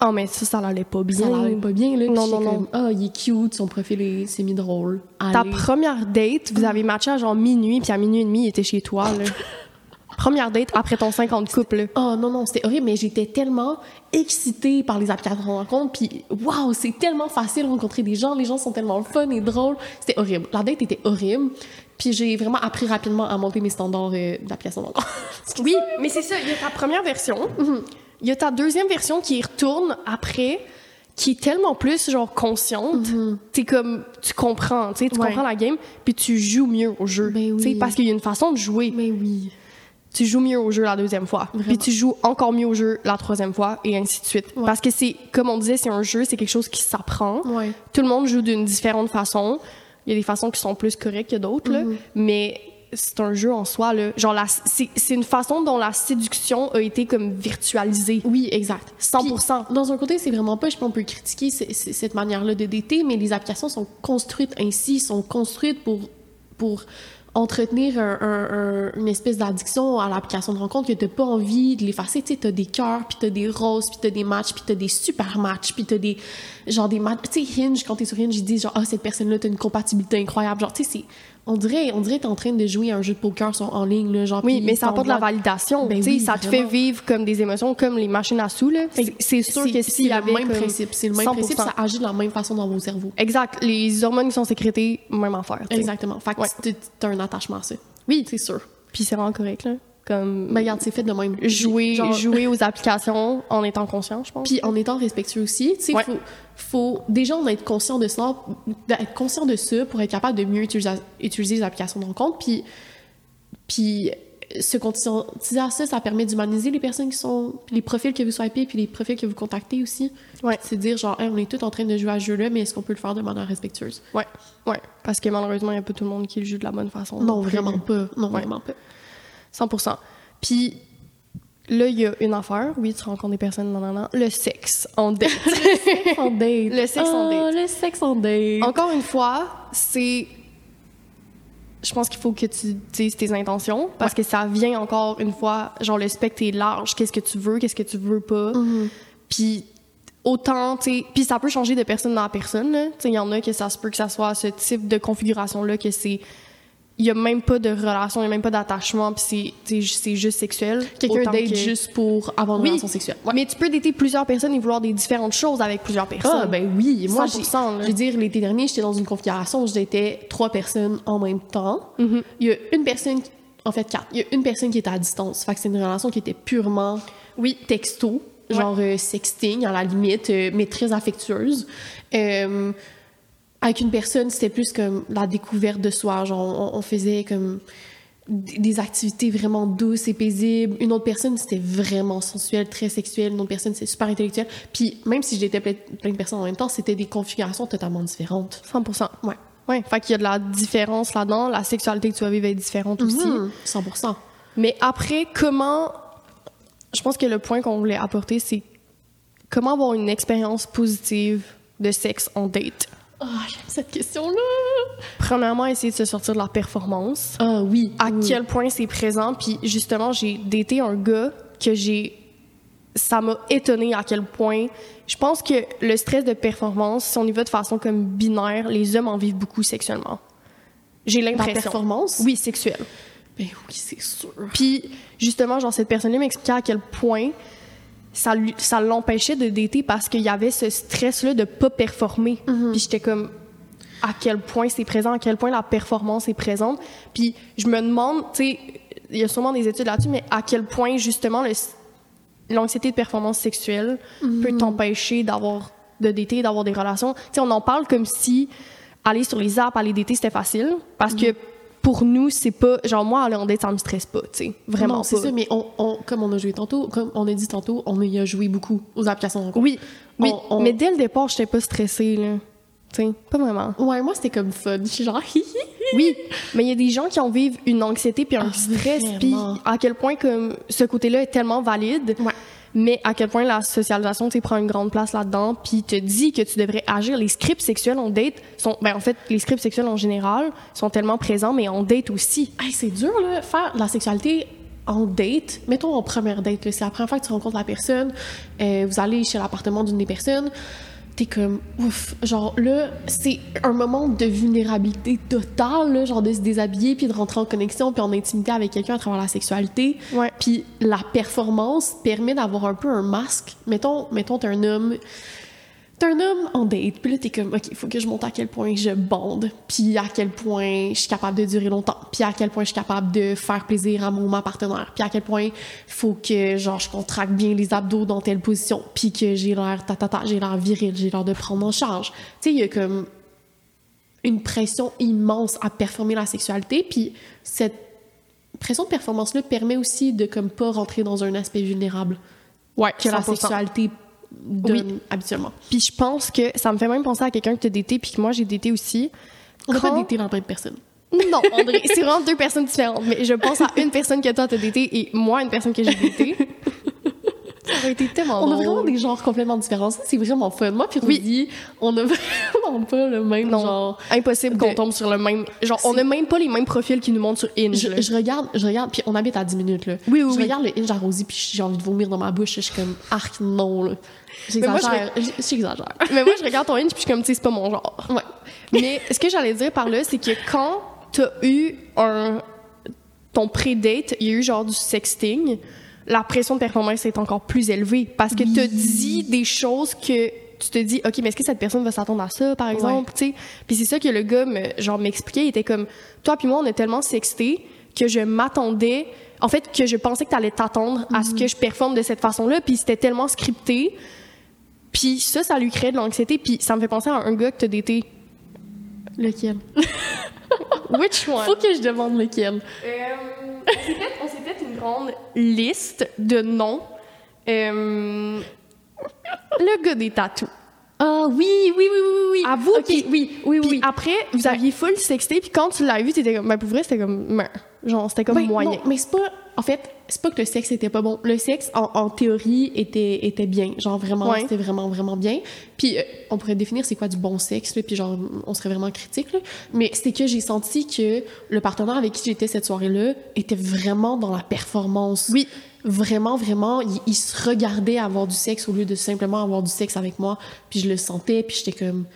A: Ah, mais ça, ça l'allait pas bien.
B: Ça l'air pas bien. Là, Puis
A: Mmh. Non,
B: j'étais
A: non, non.
B: comme, Ah, il est cute, son profil est semi-drôle.
A: Ta
B: Allez.
A: première date, vous avez matché à genre minuit, puis à minuit et demi, il était chez toi, là. première date après ton 50 couple, là.
B: Oh non, non, c'était horrible, mais j'étais tellement excitée par les applications de rencontre. Puis, waouh, c'est tellement facile de rencontrer des gens. Les gens sont tellement fun et drôles. C'était horrible. La date était horrible. Puis, j'ai vraiment appris rapidement à monter mes standards euh, d'application de rencontre.
A: Oui, mais c'est ça, il y a ta première version.
B: Mhm.
A: Il y a ta deuxième version qui y retourne après, qui est tellement plus, genre, consciente. T'es comme, tu comprends, tu sais, tu
B: Mhm. Ouais.
A: comprends la game, puis tu joues mieux au jeu.
B: Ben oui.
A: Tu sais, Parce qu'il y a une façon de jouer.
B: mais oui.
A: tu joues mieux au jeu la deuxième fois.
B: Vraiment.
A: Puis tu joues encore mieux au jeu la troisième fois et ainsi de suite.
B: Ouais.
A: Parce que c'est, comme on disait, c'est un jeu, c'est quelque chose qui s'apprend.
B: Ouais.
A: Tout le monde joue d'une différente façon. Il y a des façons qui sont plus correctes que d'autres, là.
B: Mhm.
A: mais c'est un jeu en soi. Là. Genre, la- c'est c'est une façon dont la séduction a été comme virtualisée.
B: Oui, exact.
A: 100%.
B: Dans un côté, c'est vraiment pas, je pense, on peut critiquer c- c- cette manière-là de DT, mais les applications sont construites ainsi, sont construites pour, pour entretenir un- un- un- une espèce d'addiction à l'application de rencontre que t'as pas envie de l'effacer. Tu sais, t'as des cœurs, puis t'as des roses, puis t'as des matchs, puis t'as des super matchs, puis t'as des, genre des matchs. Tu sais, Hinge, quand t'es sur Hinge, ils disent genre, ah, cette personne-là, t'as une compatibilité incroyable. Genre, tu sais, c'est, on dirait, on dirait que t'es en train de jouer à un jeu de poker sur- en ligne, là, genre.
A: Oui,
B: puis
A: mais ça
B: ils
A: apporte la
B: t'envoient-
A: validation.
B: Ben
A: tu sais,
B: oui,
A: ça te
B: vraiment.
A: fait vivre comme des émotions, comme les machines à sous. là.
B: Fait que
A: C'est sûr
B: c'est-
A: que
B: c'est
A: s'il y
B: le
A: avait
B: même
A: comme
B: principe, c'est le même
A: 100%.
B: principe, ça agit de la même façon dans vos cerveaux.
A: Exact. Les hormones qui sont sécrétées, même affaire. tu sais.
B: Exactement. Fait que
A: Ouais.
B: tu- t'as un attachement à ça.
A: Oui. Mm.
B: C'est sûr.
A: Puis c'est vraiment correct, là. Comme
B: Mais regarde, c'est fait de même.
A: Ben, jouer,
B: Genre-
A: jouer aux applications en étant conscient, je pense.
B: Puis en étant respectueux aussi, tu sais,
A: Ouais.
B: faut, faut déjà on être conscient de ça, d'être conscient de ça pour être capable de mieux utiliser, utiliser les applications de rencontre. Puis, puis euh, se conscientiser à ça, ça permet d'humaniser les personnes qui sont, puis les profils que vous swipez, puis les profils que vous contactez aussi.
A: Ouais.
B: C'est dire genre, Hey, on est tous en train de jouer à ce jeu-là, mais est-ce qu'on peut le faire de manière respectueuse
A: Ouais, ouais. Parce que malheureusement, il n'y a pas tout le monde qui le joue de la bonne façon.
B: Non,
A: plus.
B: vraiment pas. Non,
A: Ouais.
B: vraiment pas.
A: 100%. Puis là, il y a une affaire. Oui, tu rencontres des personnes, non, non, non. Le sexe en date.
B: en date.
A: Le sexe en
B: Ah,
A: date.
B: Le sexe en date.
A: Encore une fois, c'est. Je pense qu'il faut que tu dises tes intentions parce que ça vient encore une fois, genre le spectre est large. Qu'est-ce que tu veux, qu'est-ce que tu veux pas.
B: Mm-hmm.
A: Puis autant, tu sais. Puis ça peut changer de personne à personne, là. Tu sais, il y en a que ça se peut que ça soit ce type de configuration-là, que c'est. Il y a même pas de relation, il y a même pas d'attachement, puis c'est, tu sais, ju- c'est juste sexuel.
B: Quelqu'un
A: Autant
B: date
A: que-
B: juste pour avoir une
A: Oui.
B: relation sexuelle. Ouais.
A: Mais tu peux dater plusieurs personnes et vouloir des différentes choses avec plusieurs personnes.
B: Ah, ben oui. Moi,
A: 100%,
B: j'ai-
A: là.
B: je veux dire, l'été dernier, j'étais dans une configuration où j'étais trois personnes en même temps. Il y a une personne, qui- en fait, quatre. Il y a une personne qui était à distance. Fait que c'est une relation qui était purement oui. texto,
A: Ouais.
B: genre euh, sexting à la limite, euh, mais très affectueuse. Euh, avec une personne, c'était plus comme la découverte de soi. Genre, on, on faisait comme d- des activités vraiment douces et paisibles. Une autre personne, c'était vraiment sensuel, très sexuel. Une autre personne, c'est super intellectuel. Puis même si j'étais plein, plein de personnes en même temps, c'était des configurations totalement différentes.
A: 100%.
B: Ouais.
A: Ouais, fait qu'il y a de la différence là-dedans. La sexualité que tu vas vivre est différente aussi.
B: Aussi, 100%.
A: Mais après, comment. Je pense que le point qu'on voulait apporter, c'est comment avoir une expérience positive de sexe en date.
B: Ah, j'aime cette question-là.
A: Premièrement, essayer de se sortir de la performance.
B: Ah oui.
A: À
B: oui.
A: quel point c'est présent. Puis justement, j'ai daté un gars que j'ai. Ça m'a étonné à quel point. Je pense que le stress de performance, si on y va de façon comme binaire, les hommes en vivent beaucoup sexuellement. J'ai
B: La
A: l'impression.
B: performance?
A: Oui, sexuelle.
B: Ben oui, c'est sûr.
A: Puis justement, genre cette personne-là m'expliquait à quel point ça, lui- ça l'empêchait de dater parce qu'il y avait ce stress-là de pas performer.
B: Mhm.
A: Puis j'étais comme à quel point c'est présent, à quel point la performance est présente. Puis je me demande, tu sais, il y a sûrement des études là-dessus, mais à quel point justement le s- l'anxiété de performance sexuelle
B: Mhm.
A: peut t'empêcher d'avoir de dater, d'avoir des relations. Tu sais, on en parle comme si aller sur les apps, aller dater, c'était facile
B: Mhm.
A: parce que pour nous, c'est pas genre moi aller en date, ça me stresse pas, tu sais, vraiment
B: Non, c'est
A: pas.
B: ça, mais on, on- comme on a joué tantôt, comme on a dit tantôt, on y a joué beaucoup aux applications de rencontre.
A: Oui, oui,
B: On- on-
A: mais dès le départ, j'étais pas stressée là. Tu sais, pas vraiment.
B: Ouais, moi, c'était comme fun. Je suis genre, hi, hi, hi.
A: Oui, mais il y a des gens qui en vivent une anxiété puis un
B: Ah,
A: stress
B: vraiment.
A: puis à quel point comme ce côté-là est tellement valide.
B: Ouais.
A: Mais à quel point la socialisation tu sais, prend une grande place là-dedans puis te dit que tu devrais agir les scripts sexuels en date sont ben en fait les scripts sexuels en général sont tellement présents mais en date aussi.
B: Hey, c'est dur, là, faire de la sexualité en date. Mettons en première date, là, c'est la première fois que tu rencontres la personne, euh, vous allez chez l'appartement d'une des personnes, t'es comme, ouf, genre là, c'est un moment de vulnérabilité totale, là, genre de se déshabiller, puis de rentrer en connexion, puis en intimité avec quelqu'un à travers la sexualité.
A: Ouais.
B: Puis la performance permet d'avoir un peu un masque. Mettons, mettons, t'es un homme T'es un homme en date, puis là, t'es comme, OK, faut que je montre à quel point je bande, puis à quel point je suis capable de durer longtemps, puis à quel point je suis capable de faire plaisir à mon ma partenaire, puis à quel point faut que, genre, je contracte bien les abdos dans telle position, puis que j'ai l'air ta, ta, ta, j'ai l'air viril, j'ai l'air de prendre en charge. Tu sais, il y a comme une pression immense à performer la sexualité, puis cette pression de performance-là permet aussi de comme pas rentrer dans un aspect vulnérable
A: Ouais,
B: que la
A: 100%.
B: sexualité donne habituellement.
A: Puis je pense que ça me fait même penser à quelqu'un que t'as daté, puis que moi j'ai daté aussi.
B: On n'a
A: Quand-
B: pas d'été dans la même personne.
A: Non, André, c'est vraiment deux personnes différentes. Mais je pense à une personne que toi t'as daté et moi une personne que j'ai daté. Ça aurait été tellement
B: On a
A: drôle.
B: vraiment des genres complètement différents. Ça, c'est vraiment fun. Moi, puis
A: Oui.
B: Rudy, on a vraiment pas le même
A: Non.
B: genre.
A: Impossible qu'on
B: de-
A: tombe sur le même. Genre, on
B: C'est-
A: n'a même pas les mêmes profils qui nous montrent sur Inge. là.
B: Je, je regarde, je regarde, puis on habite à 10 minutes, là.
A: Oui, oui,
B: Je
A: oui.
B: regarde le Hinge à Rosie, puis j'ai envie de vomir dans ma bouche. Je suis comme, arc, non, là.
A: moi,
B: J'exagère. J- J'exagère.
A: Mais moi, je regarde ton Inge puis je suis comme, tu sais, c'est pas mon genre.
B: Ouais.
A: Mais ce que j'allais dire par là, c'est que quand t'as eu un. ton pré-date, il y a eu genre du sexting, la pression de performance est encore plus élevée parce que t'as dit des choses que tu te dis, OK, mais est-ce que cette personne va s'attendre à ça, par exemple, tu sais? Puis c'est ça que le gars me- genre, m'expliquait, il était comme, toi puis moi, on est tellement sextés que je m'attendais, en fait, que je pensais que t'allais t'attendre à ce que je performe de cette façon-là, puis c'était tellement scripté. Puis ça, ça lui crée de l'anxiété. Puis ça me fait penser à un gars que t'as daté.
B: Lequel?
A: Which one?
B: Faut que je demande lequel.
A: Euh, on s'est fait- on s'est fait une grande liste de noms. Euh, le gars des tatous.
B: Ah oui, oui, oui, oui, oui.
A: À vous,
B: Ok,
A: puis-
B: oui, oui,
A: Puis
B: oui.
A: après, vous aviez full sexté, puis quand tu l'as vu, t'étais comme. Ben, pour vrai, c'était comme. meh. Genre, c'était comme
B: Ben,
A: moyen.
B: non, mais c'est pas. En fait, c'est pas que le sexe était pas bon. Le sexe, en, en théorie, était, était bien. Genre, vraiment,
A: Ouais.
B: c'était vraiment, vraiment bien. Puis, euh, on pourrait définir c'est quoi du bon sexe, là, puis genre, on serait vraiment critique, là. Mais c'était que j'ai senti que le partenaire avec qui j'étais cette soirée-là était vraiment dans la performance.
A: Oui.
B: Vraiment, vraiment, il, il se regardait avoir du sexe au lieu de simplement avoir du sexe avec moi. Puis je le sentais, puis j'étais comme,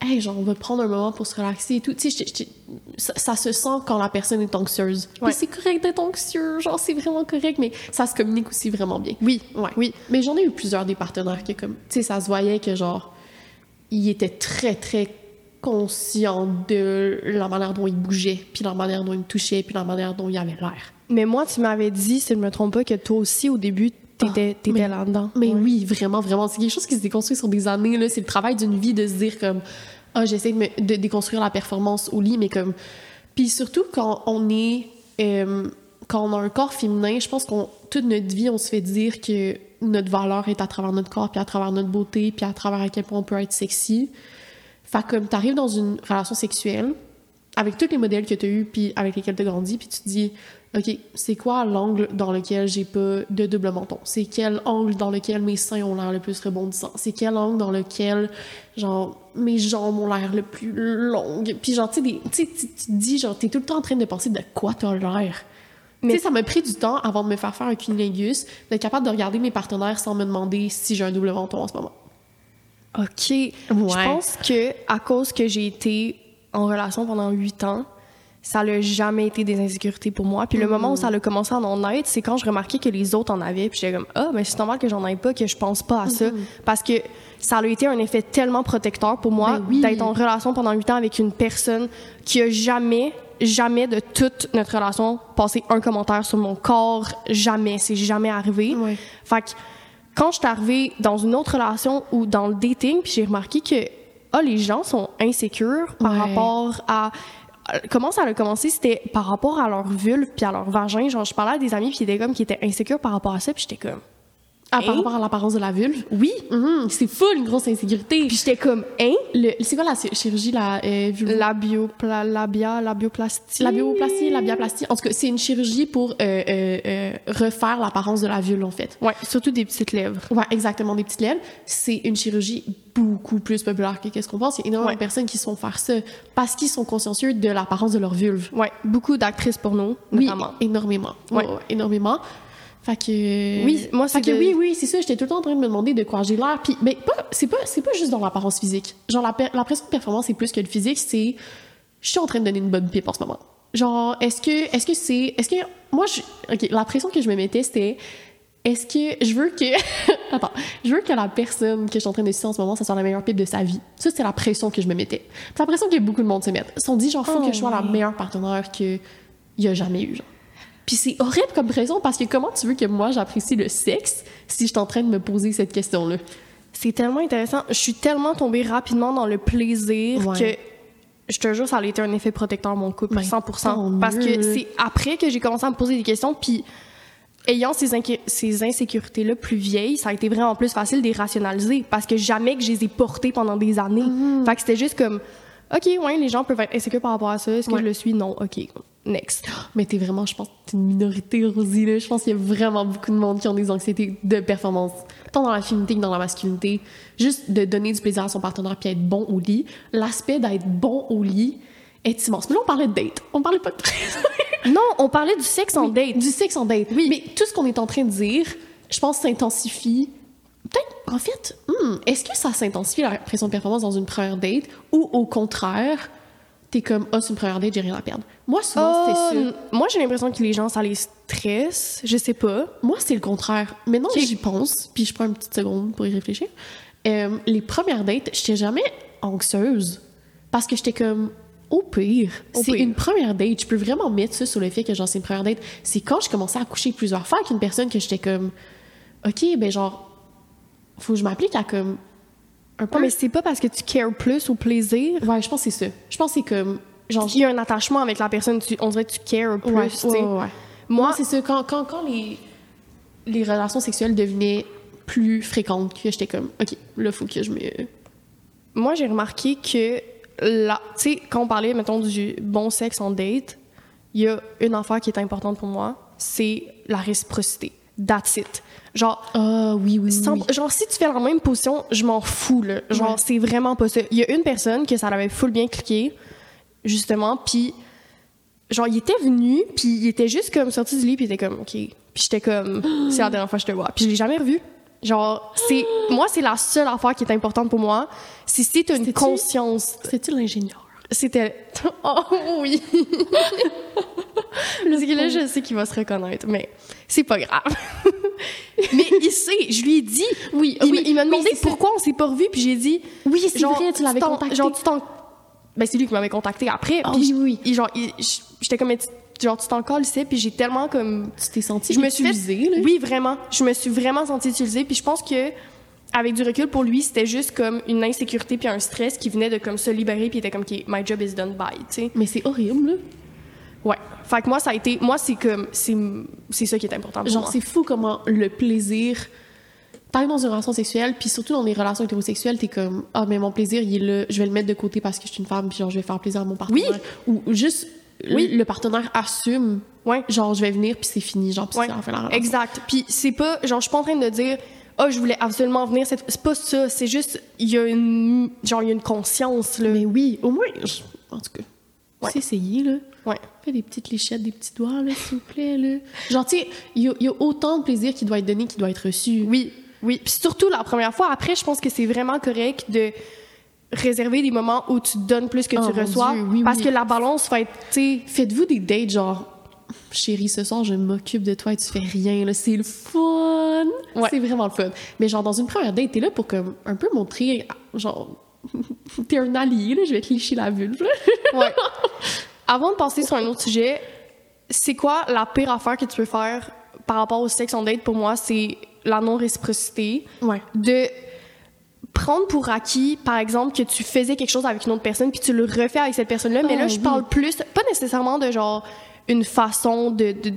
B: hey, genre, on va prendre un moment pour se relaxer et tout. Tu sais, j'étais- j'étais- ça, ça se sent quand la personne est anxieuse. Puis
A: Ouais.
B: c'est correct d'être anxieux, genre, c'est vraiment correct, mais ça se communique aussi vraiment bien.
A: Oui,
B: Ouais.
A: oui.
B: Mais j'en ai eu plusieurs des partenaires qui, comme, tu sais, ça se voyait que, genre, ils étaient très, très conscients de la manière dont ils bougeaient, puis la manière dont ils me touchaient, puis la manière dont ils avaient l'air.
A: Mais moi, tu m'avais dit, si je me trompe pas, que toi aussi, au début, t'étais
B: Ah,
A: t'étais
B: mais-
A: là-dedans.
B: Mais
A: Ouais.
B: oui, vraiment, vraiment. C'est quelque chose qui se déconstruit sur des années. Là. C'est le travail d'une vie de se dire comme, ah, j'essaie de, me- de déconstruire la performance au lit, mais comme... Puis surtout quand on est... euh, quand on a un corps féminin, je pense qu'on toute notre vie, on se fait dire que notre valeur est à travers notre corps, puis à travers notre beauté, puis à travers à quel point on peut être sexy. Fait que comme t'arrives dans une relation sexuelle, avec tous les modèles que t'as eu puis avec lesquels t'as grandi, puis tu te dis, OK, c'est quoi l'angle dans lequel j'ai pas de double menton? C'est quel angle dans lequel mes seins ont l'air le plus rebondissant? C'est quel angle dans lequel, genre, mes jambes ont l'air le plus longues? Puis genre, tu sais, des- tu sais, tu tu te dis, genre, t'es tout le temps en train de penser de quoi t'as l'air.
A: Mais-
B: Tu sais, ça m'a pris du temps avant de me faire faire un cunilingus, d'être capable de regarder mes partenaires sans me demander si j'ai un double menton en ce moment.
A: OK. Je pense que à cause que j'ai été en relation pendant huit ans, ça n'a jamais été des insécurités pour moi. Puis le
B: Hmm.
A: moment où ça a commencé à en être, c'est quand je remarquais que les autres en avaient. Puis j'étais comme, ah, mais c'est normal que j'en aille pas, que je pense pas à
B: Hmm.
A: ça. Parce que ça a été un effet tellement protecteur pour moi
B: Ben oui.
A: d'être en relation pendant huit ans avec une personne qui a jamais, jamais de toute notre relation passé un commentaire sur mon corps. Jamais. C'est jamais arrivé.
B: Ouais.
A: Fait que quand je suis arrivée dans une autre relation ou dans le dating, puis j'ai remarqué que ah, les gens sont insécures par
B: Ouais.
A: rapport à. Comment ça a commencé? C'était par rapport à leur vulve puis à leur vagin. Genre, je parlais à des amis puis ils étaient comme qui étaient insécures par rapport à ça, puis j'étais comme.
B: Ah, par
A: Hein?
B: rapport à l'apparence de la vulve?
A: Oui!
B: Mhm, c'est full une grosse insécurité.
A: Puis j'étais comme, hein?
B: Le- c'est quoi la chi- chirurgie, la euh, vulvo-
A: La biopla, la bia, la bioplastie.
B: la bioplastie, la biaplastie? En tout cas, c'est une chirurgie pour euh, euh, euh, refaire l'apparence de la vulve, en fait.
A: Ouais, surtout des petites lèvres.
B: Ouais, exactement, des petites lèvres. C'est une chirurgie beaucoup plus populaire que qu'est-ce qu'on pense. Il y a énormément
A: Ouais.
B: de personnes qui se font faire ça parce qu'ils sont consciencieux de l'apparence de leur vulve.
A: Ouais, beaucoup d'actrices porno, notamment.
B: Oui, énormément.
A: Ouais.
B: Ouais, ouais, énormément. Fait que.
A: Oui, moi, c'est
B: Fait que
A: de-
B: oui, oui, c'est ça. J'étais tout le temps en train de me demander de quoi j'ai l'air. Puis, mais pas, c'est pas, c'est pas juste dans l'apparence physique. Genre, la, per- la pression de performance, c'est plus que le physique, c'est. Je suis en train de donner une bonne pipe en ce moment. Genre, est-ce que, est-ce que c'est, est-ce que, moi, je, ok, la pression que je me mettais, c'était, est-ce que je veux que, attends, je veux que la personne que je suis en train de sucer en ce moment, ça soit la meilleure pipe de sa vie. Ça, c'est la pression que je me mettais. C'est la pression que beaucoup de monde se met. Ils se sont dit, genre, faut
A: Oh,
B: que je sois la
A: oui.
B: meilleure partenaire que il y a jamais eu, genre. Puis c'est horrible comme pression parce que comment tu veux que moi j'apprécie le sexe si je suis en train de me poser cette question-là?
A: C'est tellement intéressant. Je suis tellement tombée rapidement dans le plaisir
B: Ouais.
A: que je te jure, ça a été un effet protecteur, mon couple,
B: Ben,
A: 100%.
B: tant
A: Parce que
B: mieux.
A: c'est après que j'ai commencé à me poser des questions, puis ayant ces, inqui- ces insécurités-là plus vieilles, ça a été vraiment plus facile de les rationaliser, parce que jamais que je les ai portées pendant des années. Fait que c'était juste comme, OK, ouais, les gens peuvent être insécures par rapport à ça, est-ce que
B: Ouais.
A: je le suis? Non, OK, next.
B: Mais t'es vraiment, je pense, t'es une minorité, Rosie. Là. Je pense qu'il y a vraiment beaucoup de monde qui ont des anxiétés de performance, tant dans la féminité que dans la masculinité. Juste de donner du plaisir à son partenaire puis être bon au lit. L'aspect d'être bon au lit est immense. Mais là, on parlait de date. On parlait pas de
A: Non, on parlait du sexe en date.
B: du sexe en date. Oui. Mais tout ce qu'on est en train de dire, je pense, s'intensifie. Peut-être, en fait, hmm, est-ce que ça s'intensifie la pression de performance dans une première date ou au contraire, t'es comme, ah, c'est une première date, j'ai rien à perdre. Moi, souvent,
A: Oh,
B: c'est sûr.
A: n- Moi, j'ai l'impression que les gens, ça les stresse. Je sais pas.
B: Moi, c'est le contraire. Maintenant que
A: Ok.
B: j'y pense, puis je prends une petite seconde pour y réfléchir. euh, les premières dates, j'étais jamais anxieuse parce que j'étais comme au pire,
A: Au
B: c'est
A: pire.
B: une première date. Je peux vraiment mettre ça sur le fait que genre c'est une première date. C'est quand je commençais à coucher plusieurs fois avec une personne que j'étais comme OK, ben genre faut que je m'applique à comme un peu
A: Non, mais c'est pas parce que tu cares plus au plaisir
B: Ouais, je pense que c'est ça. Je pense que c'est comme genre
A: qu'il y a un attachement avec la personne. Tu, on dirait que tu cares plus.
B: ouais,
A: tu sais.
B: ouais, ouais, ouais.
A: Moi,
B: Moi, c'est ça. Quand, quand, quand les, les relations sexuelles devenaient plus fréquentes, que j'étais comme, OK, là, faut que je me.
A: moi j'ai remarqué que là, tu sais, quand on parlait, mettons, du bon sexe en date, il y a une affaire qui est importante pour moi, c'est la réciprocité. That's it. Genre,
B: Ah, oui, oui, oui.
A: Sans-
B: oui.
A: Genre, si tu fais la même position, je m'en fous, là. Genre,
B: Ouais.
A: c'est vraiment pas ça. Il y a une personne que ça l'avait full bien cliqué, justement, puis genre, il était venu, puis il était juste comme sorti du lit, puis il était comme, OK. Puis j'étais comme, c'est la dernière fois que je te vois. Puis je l'ai jamais revu. Genre, c'est... Moi, c'est la seule affaire qui est importante pour moi. C'est si t'as une
B: C'était-tu-
A: conscience...
B: C'était l'ingénieur.
A: C'était... Oh oui! Parce que là, je sais qu'il va se reconnaître, mais c'est pas grave. mais il sait, je lui ai dit.
B: Oui,
A: Il,
B: oui,
A: m- il m'a
B: oui,
A: demandé
B: c'est ça.
A: pourquoi on s'est pas revu, puis j'ai dit.
B: Oui, c'est
A: genre,
B: vrai, tu l'avais
A: t'en-
B: contacté.
A: Genre, tu t'en. Ben, c'est lui qui m'avait contacté après.
B: Ah
A: puis
B: oui,
A: je-
B: oui.
A: il- genre, il- je- j'étais comme. mais tu- Genre, tu t'en colles, puis j'ai tellement comme.
B: Tu t'es senti
A: Je me suis fait-
B: utilisée, là.
A: Oui, vraiment. Je me suis vraiment sentie utilisée, puis je pense que. Avec du recul, pour lui, c'était juste comme une insécurité puis un stress qui venait de comme se libérer puis il était comme OK, my job is done by, tu sais.
B: Mais c'est horrible, là.
A: Ouais. Fait que moi ça a été moi c'est comme c'est c'est ça qui est important pour Ah,
B: Genre,
A: moi.
B: c'est fou comment le plaisir. T'arrives dans une relation sexuelle, puis surtout dans des relations hétérosexuelles, t'es comme, ah, mais mon plaisir, il est là, je vais le mettre de côté parce que je suis une femme, puis genre, je vais faire plaisir à mon partenaire. Ou ou juste, oui, le partenaire assume,
A: Ouais.
B: genre, je vais venir, puis c'est fini, genre, puis
A: Ouais,
B: c'est la fin de la relation.
A: exact. Puis c'est pas, genre, je suis pas en train de dire, oh, je voulais absolument venir. cette- C'est pas ça. C'est juste, il y a une, genre, il y a une conscience là.
B: Mais oui, au moins, je- en tout cas,
A: Ouais.
B: c'est essayé, là.
A: Ouais.
B: Fais des petites léchettes, des petits doigts, là, s'il vous plaît, là. Genre, tu sais, il y, a- il y a autant de plaisir qui doit être donné qu'il doit être reçu.
A: Oui, oui. Puis surtout la première fois. Après, je pense que c'est vraiment correct de réserver des moments où tu donnes plus que
B: Oh,
A: tu
B: mon
A: reçois,
B: Dieu, oui,
A: parce
B: oui.
A: que la balance va être, tu sais,
B: Faites-vous des dates, genre, chérie, ce soir, je m'occupe de toi et tu fais rien, là. C'est le fun!
A: Ouais.
B: C'est vraiment le fun. Mais genre, dans une première date, t'es là pour, comme, un peu montrer, genre, t'es un allié, là, je vais te licher la vulve, là.
A: Ouais. Avant de passer sur un autre sujet, c'est quoi la pire affaire que tu peux faire par rapport au sexe en date? Pour moi, c'est la non-réciprocité.
B: Ouais.
A: De prendre pour acquis, par exemple, que tu faisais quelque chose avec une autre personne, puis tu le refais avec cette personne-là. Mais
B: Ah,
A: là, je
B: oui.
A: parle plus, pas nécessairement de genre une façon de. de-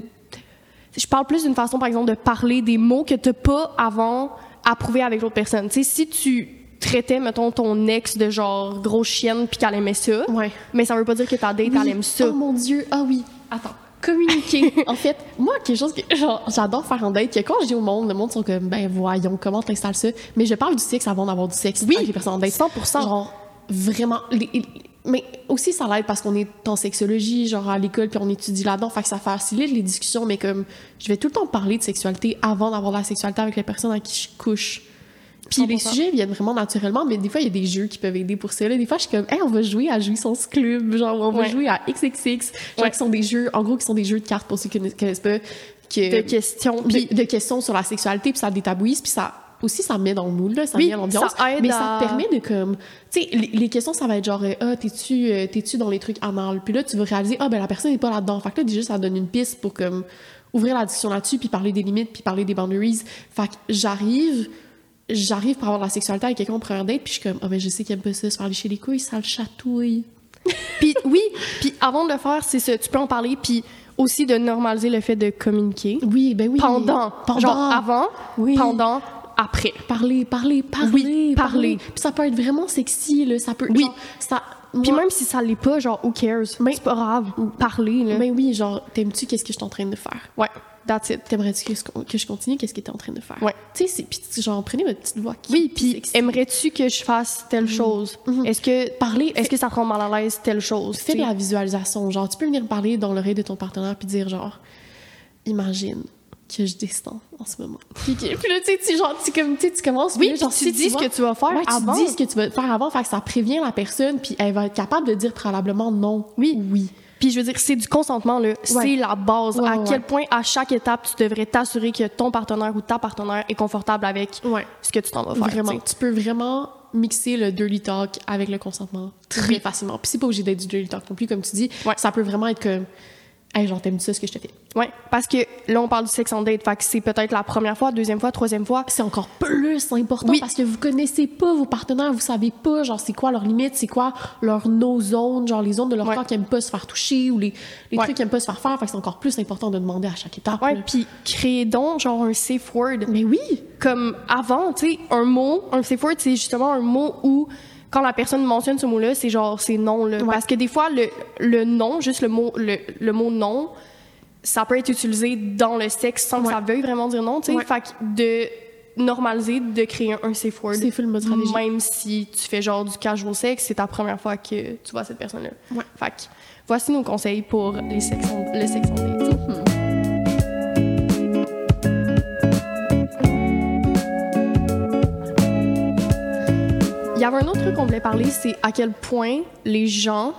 A: je parle plus d'une façon, par exemple, de parler des mots que tu n'as pas avant approuvé avec l'autre personne. Tu sais, si tu traitais, mettons, ton ex de genre grosse chienne puis qu'elle aimait ça,
B: Ouais.
A: mais ça veut pas dire que ta date,
B: Oui.
A: elle aime ça.
B: Oh mon dieu, ah oui. Attends, communiquer. en fait, moi, quelque chose que genre, j'adore faire en date, que quand je dis au monde, le monde sont comme, ben voyons, comment t'installes ça? Mais je parle du sexe avant d'avoir du sexe
A: Oui,
B: avec les personnes Ah, en date.
A: 100%.
B: Genre, vraiment. les- les- mais aussi, ça l'aide parce qu'on est en sexologie, genre à l'école, puis on étudie là-dedans. Fait que ça facilite les discussions, mais comme, je vais tout le temps parler de sexualité avant d'avoir la sexualité avec les personnes à qui je couche. Puis les
A: 100%.
B: sujets viennent vraiment naturellement, mais des fois, il y a des jeux qui peuvent aider pour ça. là. Des fois, je suis comme, hey, on va jouer à Jouissance Club, genre, on va
A: Ouais.
B: jouer à XXX, genre,
A: Ouais.
B: qui sont des jeux, en gros, qui sont des jeux de cartes pour ceux qui ne connaissent pas,
A: de
B: que, de,
A: questions. Puis
B: de questions sur la sexualité, puis ça détabouise, puis ça aussi, ça met dans le moule, là, ça
A: Oui,
B: met à l'ambiance.
A: ça aide
B: mais
A: à-
B: ça te permet de, comme, tu sais, les, les questions, ça va être genre, euh, ah, t'es-tu euh, t'es-tu dans les trucs anal? Puis là, tu vas réaliser, ah, ben la personne n'est pas là-dedans. Fait que là, déjà, ça donne une piste pour, comme, ouvrir la discussion là-dessus, puis parler des limites, puis parler des boundaries. Fait que j'arrive j'arrive pour avoir de la sexualité avec quelqu'un en première date, puis je suis comme, ah, ben je sais qu'il aime pas ça, se faire lécher les couilles, ça le chatouille.
A: Puis oui, puis avant de le faire, c'est ça, tu peux en parler, puis aussi de normaliser le fait de communiquer.
B: Oui, ben oui.
A: Pendant,
B: Pendant.
A: genre avant,
B: Oui.
A: pendant, après.
B: Parler, parler, parler.
A: Oui, parler.
B: Puis ça peut être vraiment sexy, là. Ça peut.
A: Oui.
B: genre, ça.
A: Puis
B: moi-
A: même si ça l'est pas, genre, who cares?
B: Mais-
A: c'est pas grave. Parler, là.
B: Ben oui, genre, t'aimes-tu qu'est-ce que je suis en train de faire?
A: Ouais, that's it.
B: T'aimerais-tu que, je- que je continue qu'est-ce que t'es en train de faire?
A: Ouais.
B: Tu sais, c'est- puis tu- genre, prenez votre petite voix. qui-
A: Oui, puis
B: sexy.
A: aimerais-tu que je fasse telle chose?
B: Mhm.
A: Est-ce que
B: Parler,
A: est-ce que ça te rend mal à l'aise telle chose?
B: Fais
A: tu
B: de
A: sais?
B: la visualisation. Genre, tu peux venir parler dans l'oreille de ton partenaire puis dire, genre, imagine que je descends en ce moment. Puis, que- puis là, tu sais, tu, genre, tu, comme, tu sais, tu commences.
A: Oui,
B: puis là,
A: genre,
B: genre,
A: tu dis ce
B: vois-
A: que tu vas faire
B: Ouais,
A: avant.
B: tu dis ce que tu vas faire avant, fait que ça prévient la personne, puis elle va être capable de dire préalablement non.
A: Oui.
B: Oui.
A: Puis je veux dire, c'est du consentement, là. C'est la base.
B: Ouais,
A: à
B: ouais,
A: quel
B: ouais.
A: point, à chaque étape, tu devrais t'assurer que ton partenaire ou ta partenaire est confortable avec
B: Ouais.
A: ce que tu t'en vas faire.
B: vraiment.
A: tu sais.
B: Tu peux vraiment mixer le dirty talk avec le consentement très
A: Oui.
B: facilement. Puis c'est pas obligé d'être du dirty talk non plus, comme tu dis.
A: Ouais.
B: Ça peut vraiment être comme, hey, genre, t'aimes ça ce que je te fais?
A: Ouais, parce que là, on parle du sexe en date. Fait que c'est peut-être la première fois, deuxième fois, troisième fois.
B: c'est encore plus important
A: Oui.
B: parce que vous connaissez pas vos partenaires, vous savez pas genre c'est quoi leurs limites, c'est quoi leurs no zones, genre les zones de leur
A: Ouais.
B: corps qui aiment pas se faire toucher ou les, les
A: Ouais.
B: trucs qui aiment pas se faire faire, Fait que c'est encore plus important de demander à chaque étape.
A: Ouais,
B: là.
A: puis créer donc, genre, un safe word.
B: Mais oui,
A: Comme avant, tu sais, un mot, un safe word, c'est justement un mot où, quand la personne mentionne ce mot-là, c'est genre, c'est non, là. Parce que des fois, le, le non, juste le mot, le, le mot non, ça peut être utilisé dans le sexe sans que
B: Ouais.
A: ça veuille vraiment dire non, tu sais.
B: Ouais.
A: Fait que de normaliser, de créer un, un safe word.
B: c'est full mode stratégie.
A: Même si tu fais genre du casual sexe, c'est ta première fois que tu vois cette personne-là.
B: Ouais.
A: Fait que voici nos conseils pour les sexes en- le sexe en date. Il y avait un autre truc qu'on voulait parler, c'est à quel point les gens.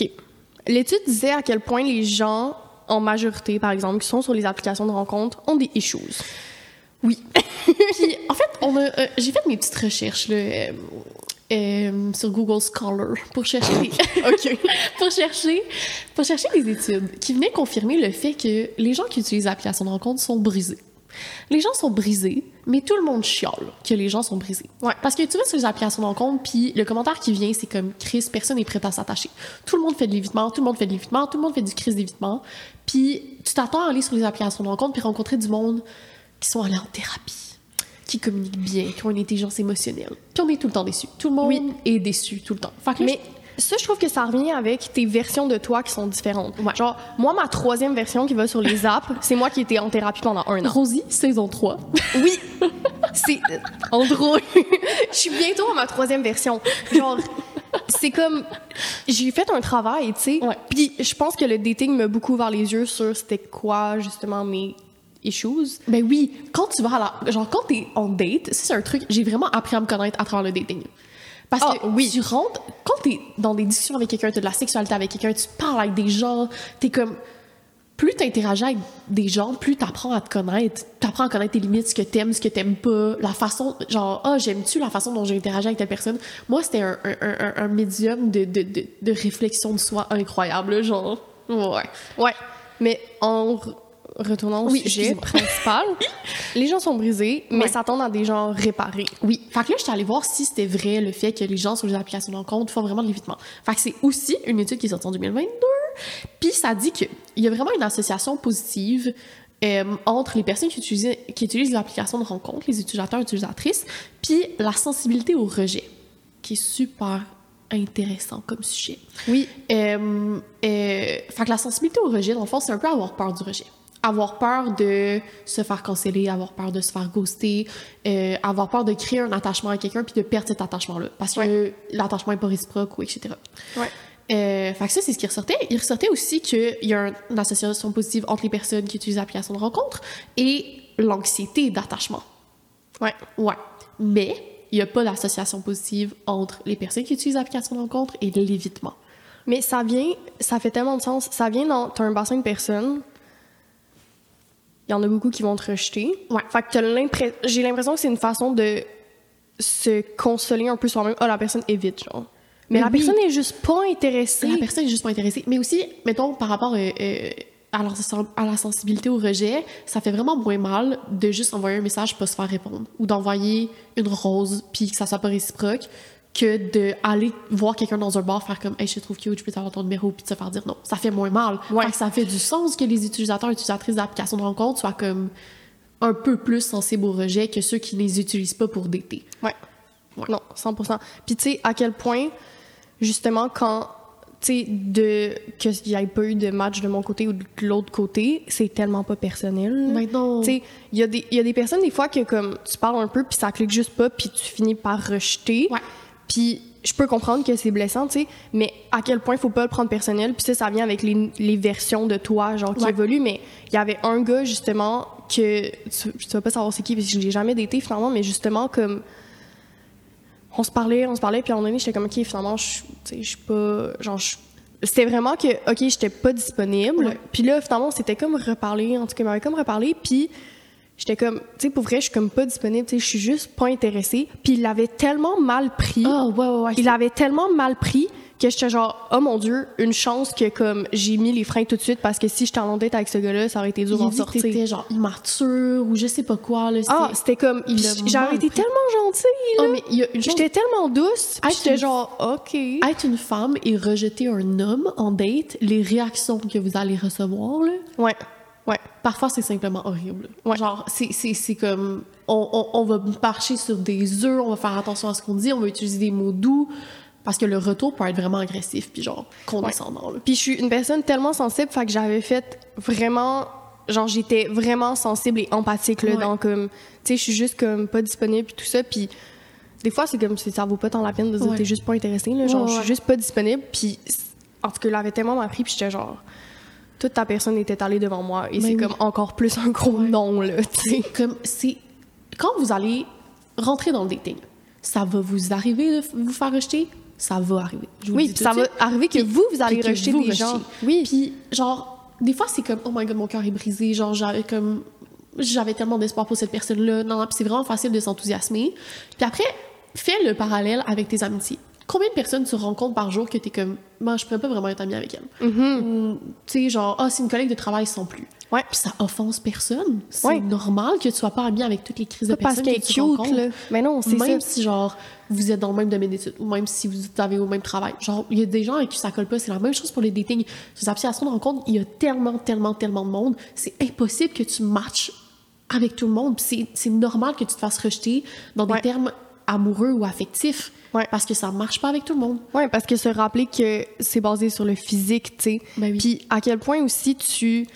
A: OK. L'étude disait à quel point les gens, en majorité, par exemple, qui sont sur les applications de rencontre, ont des issues.
B: Oui. puis en fait, on a, euh, j'ai fait mes petites recherches là, euh, euh, sur Google Scholar pour chercher
A: OK.
B: pour chercher pour chercher des études qui venaient confirmer le fait que les gens qui utilisent l'application de rencontre sont brisés. Les gens sont brisés, mais tout le monde chiale que les gens sont brisés.
A: Ouais.
B: Parce que tu vas sur les applications de rencontre, puis le commentaire qui vient, c'est comme Chris, personne n'est prêt à s'attacher. Tout le monde fait de l'évitement, tout le monde fait de l'évitement, tout le monde fait du Chris d'évitement. Puis tu t'attends à aller sur les applications de rencontre puis rencontrer du monde qui sont allés en thérapie, qui communiquent bien, qui ont une intelligence émotionnelle. Puis on est tout le temps déçu. Tout le monde
A: Oui.
B: est déçu tout le temps. Fait que là,
A: Mais ça, je trouve que ça revient avec tes versions de toi qui sont différentes.
B: Ouais.
A: Genre, moi, ma troisième version qui va sur les apps, c'est moi qui étais en thérapie pendant un an.
B: Rosie, saison 3.
A: Oui, c'est en drôle. je suis bientôt à ma troisième version. Genre, c'est comme j'ai fait un travail, tu sais.
B: Ouais.
A: Puis je pense que le dating m'a beaucoup ouvert les yeux sur c'était quoi justement mes issues.
B: Ben oui, quand tu vas à la... Genre, quand t'es en date, ça, c'est un truc... J'ai vraiment appris à me connaître à travers le dating. Parce
A: Ah,
B: que
A: oui.
B: tu rentres... Quand t'es dans des discussions avec quelqu'un, t'as de la sexualité avec quelqu'un, tu parles avec des gens, t'es comme... Plus t'interagis avec des gens, plus t'apprends à te connaître. T'apprends à connaître tes limites, ce que t'aimes, ce que t'aimes pas, la façon... Genre, ah, j'aime-tu la façon dont j'ai interagi avec telle personne? Moi, c'était un, un, un- un- un médium de, de, de, de réflexion de soi incroyable, genre... Ouais.
A: Ouais, mais en re- retournant au
B: Oui,
A: sujet
B: excuse-moi.
A: principal, les gens sont brisés, mais
B: Ouais.
A: s'attendent à des gens réparés.
B: Oui. Fait que là, j'étais allée voir si c'était vrai le fait que les gens sur les applications de rencontre font vraiment de l'évitement. Fait que c'est aussi une étude qui est sortie en 2022. Puis ça dit qu'il y a vraiment une association positive euh, entre les personnes qui utilisent, qui utilisent l'application de rencontre, les utilisateurs et utilisatrices, puis la sensibilité au rejet, qui est super intéressant comme sujet.
A: Oui,
B: Euh, euh, fait que la sensibilité au rejet, dans le fond, c'est un peu avoir peur du rejet. Avoir peur de se faire canceller, avoir peur de se faire ghoster, euh, avoir peur de créer un attachement à quelqu'un puis de perdre cet attachement-là parce que l'attachement n'est pas réciproque ou etc.
A: ouais.
B: Euh, fait que ça, c'est ce qui ressortait. Il ressortait aussi qu'il y a un- une association positive entre les personnes qui utilisent l'application de rencontre et l'anxiété d'attachement.
A: Ouais.
B: Ouais. Mais il n'y a pas d'association positive entre les personnes qui utilisent l'application de rencontre et l'évitement.
A: Mais ça vient, ça fait tellement de sens. Ça vient dans, t'as un bassin de personnes, il y en a beaucoup qui vont te rejeter.
B: Ouais.
A: Fait que t'as l'impression, j'ai l'impression que c'est une façon de se consoler un peu soi-même. Ah, la personne évite, genre. Mais,
B: Mais
A: la
B: oui.
A: personne n'est juste pas intéressée.
B: La personne est juste pas intéressée. Mais aussi, mettons, par rapport euh, euh, à, leur sen- à la sensibilité au rejet, ça fait vraiment moins mal de juste envoyer un message pas se faire répondre ou d'envoyer une rose puis que ça soit pas réciproque que d'aller voir quelqu'un dans un bar faire comme Hey, je te trouve cute, je peux t'avoir ton numéro, puis de se faire dire non. Ça fait moins mal.
A: Ouais.
B: Fait que ça fait du sens que les utilisateurs et utilisatrices d'applications de rencontre soient comme un peu plus sensibles au rejet que ceux qui ne les utilisent pas pour dater.
A: Ouais. Non, 100 Puis tu sais, à quel point, justement, quand, tu sais, de, qu'il n'y ait pas eu de match de mon côté ou de l'autre côté, c'est tellement pas personnel.
B: Maintenant,
A: Tu sais, il y, a des- il y a des personnes, des fois, que comme tu parles un peu, puis ça clique juste pas, puis tu finis par rejeter.
B: Ouais.
A: Puis je peux comprendre que c'est blessant, tu sais, mais à quel point il faut pas le prendre personnel. Puis ça, ça vient avec les, les versions de toi, genre, qui
B: Ouais.
A: évoluent. Mais il y avait un gars, justement, que tu, tu vas pas savoir c'est qui, parce que je l'ai jamais daté, finalement, mais justement, comme on se parlait, on se parlait, puis à un moment donné, j'étais comme, OK, finalement, je tu sais, je suis pas. Genre, je- c'était vraiment que, OK, j'étais pas disponible.
B: Ouais.
A: Puis là, finalement, on s'était comme reparlé, en tout cas, on avait comme reparlé, puis j'étais comme, tu sais, pour vrai, je suis comme pas disponible, tu sais, je suis juste pas intéressée. Puis il l'avait tellement mal pris.
B: Ah, ouais, ouais, ouais.
A: Il avait tellement mal pris que j'étais genre, oh mon Dieu, une chance que comme j'ai mis les freins tout de suite parce que si j'étais en dette avec ce gars-là, ça aurait été dur
B: il a
A: d'en
B: dit que
A: sortir.
B: t'étais genre immature ou je sais pas quoi. Là,
A: Ah,
B: c'est-
A: c'était comme,
B: Il l'a
A: pis j'avais
B: mal
A: été
B: pris.
A: tellement gentille, là.
B: Ah, mais il y a une chose
A: J'étais tellement douce,
B: Ah,
A: pis j'étais
B: tu-
A: genre, OK.
B: Être une femme et rejeter un homme en date, les réactions que vous allez recevoir, là,
A: Ah, Ouais, ouais.
B: parfois c'est simplement horrible.
A: Ouais.
B: Genre, c'est- c'est c'est comme. On, on- on va marcher sur des œufs, on va faire attention à ce qu'on dit, on va utiliser des mots doux, parce que le retour peut être vraiment agressif, puis genre condescendant. là.
A: Puis je suis une personne tellement sensible, fait que j'avais fait vraiment. Genre, j'étais vraiment sensible et empathique, là,
B: Ouais.
A: dans comme. Tu sais, je suis juste comme pas disponible et tout ça. Puis des fois, c'est comme, c'est- ça vaut pas tant la peine de dire
B: Ouais.
A: t'es juste pas intéressé, là. Genre,
B: Ouais,
A: je
B: ouais.
A: suis juste pas disponible. Puis en tout cas, l'avait tellement appris, puis j'étais genre. Toute ta personne était allée devant moi et
B: Ben
A: c'est
B: oui.
A: comme encore plus un gros non, là, tu sais.
B: comme c'est quand vous allez rentrer dans le dating, ça va vous arriver de f- vous faire rejeter, ça va arriver. Je vous le
A: Oui,
B: dis
A: puis
B: tout
A: ça
B: de
A: va
B: suite.
A: arriver que
B: Puis-
A: vous, vous allez
B: puis que
A: rejeter
B: vous
A: des gens.
B: rejetez.
A: Oui.
B: Puis genre des fois c'est comme oh my god mon cœur est brisé, genre j'avais comme j'avais tellement d'espoir pour cette personne là. Non non, puis c'est vraiment facile de s'enthousiasmer. Puis après fais le parallèle avec tes amitiés. Combien de personnes tu rencontres par jour que t'es comme, ben, je pourrais pas vraiment être amie avec elle? Ou, Tu sais, genre, ah, c'est une collègue de travail sans plus.
A: Mm-hmm. Ouais.
B: Puis ça offense personne. C'est
A: Ouais.
B: normal que tu sois pas amie avec toutes les crises de
A: Pas parce
B: personnes
A: qu'elle
B: que
A: est
B: tu
A: cute,
B: rencontres.
A: là. Mais non, c'est ça.
B: Même si, genre, vous êtes dans le même domaine d'études ou même si vous avez au même travail. Genre, il y a des gens avec qui ça colle pas. C'est la même chose pour les datings. Sur les applications de rencontre, il y a tellement, tellement, tellement de monde. C'est impossible que tu matches avec tout le monde. Puis C'est c'est normal que tu te fasses rejeter dans des
A: Ouais.
B: termes amoureux ou affectifs.
A: Ouais.
B: Parce que ça marche pas avec tout le monde.
A: Oui, parce que se rappeler que c'est basé sur le physique, tu sais.
B: Ben oui.
A: Puis à quel point aussi tu.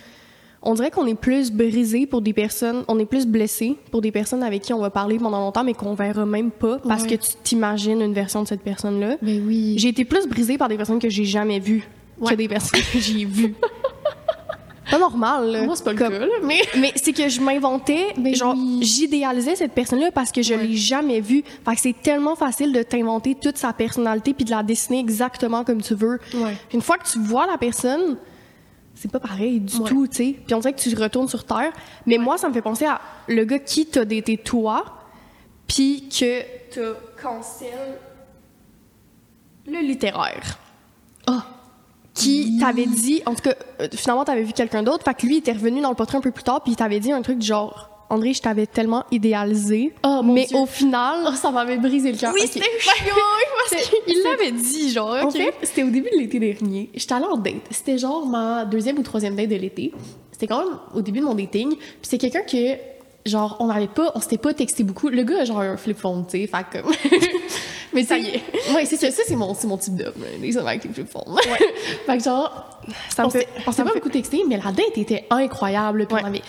A: On dirait qu'on est plus brisé pour des personnes, on est plus blessé pour des personnes avec qui on va parler pendant longtemps, mais qu'on verra même pas parce
B: Ouais.
A: que tu t'imagines une version de cette personne-là.
B: Mais oui.
A: J'ai été plus brisée par des personnes que j'ai jamais vues que
B: Ouais.
A: des personnes que j'ai vues. pas normal, là.
B: Moi, c'est pas le
A: Comme-
B: cas, là, mais.
A: mais c'est que je m'inventais,
B: Mais
A: genre,
B: oui.
A: j'idéalisais cette personne-là parce que je
B: Ouais.
A: l'ai jamais vue. Fait que c'est tellement facile de t'inventer toute sa personnalité puis de la dessiner exactement comme tu veux.
B: Ouais.
A: Puis une fois que tu vois la personne, c'est pas pareil du
B: Ouais.
A: tout, tu sais. Puis on dirait que tu retournes sur Terre. Mais moi, ça me fait penser à le gars qui t'a daté toi puis que t'as cancel le littéraire
B: Ah!
A: qui t'avait dit, en tout cas, euh, finalement, t'avais vu quelqu'un d'autre, fait que lui, il était revenu dans le portrait un peu plus tard, puis il t'avait dit un truc du genre, André, je t'avais tellement idéalisé,
B: Oh, mon
A: mais
B: Dieu.
A: au final,
B: Oh, ça m'avait brisé le cœur.
A: Ah, oui,
B: Ok.
A: c'était chiant, parce qu'il l'avait dit, genre,
B: En
A: ok.
B: fait, c'était au début de l'été dernier. J'étais allée en date. C'était genre ma deuxième ou troisième date de l'été. C'était quand même au début de mon dating. Puis c'est quelqu'un que, genre, on n'avait pas, on s'était pas texté beaucoup. Le gars a genre un flip phone, tu sais, fait comme. Mais ça y est. Ouais, c'est ça, ça c'est mon, c'est mon type d'homme, là, les hommes avec les flip phones. fait que genre,
A: Ça me
B: on s'est
A: fait-
B: on
A: ça
B: s'est
A: me
B: pas
A: fait-
B: beaucoup texté, mais la date était incroyable. Puis
A: Ouais.
B: on avait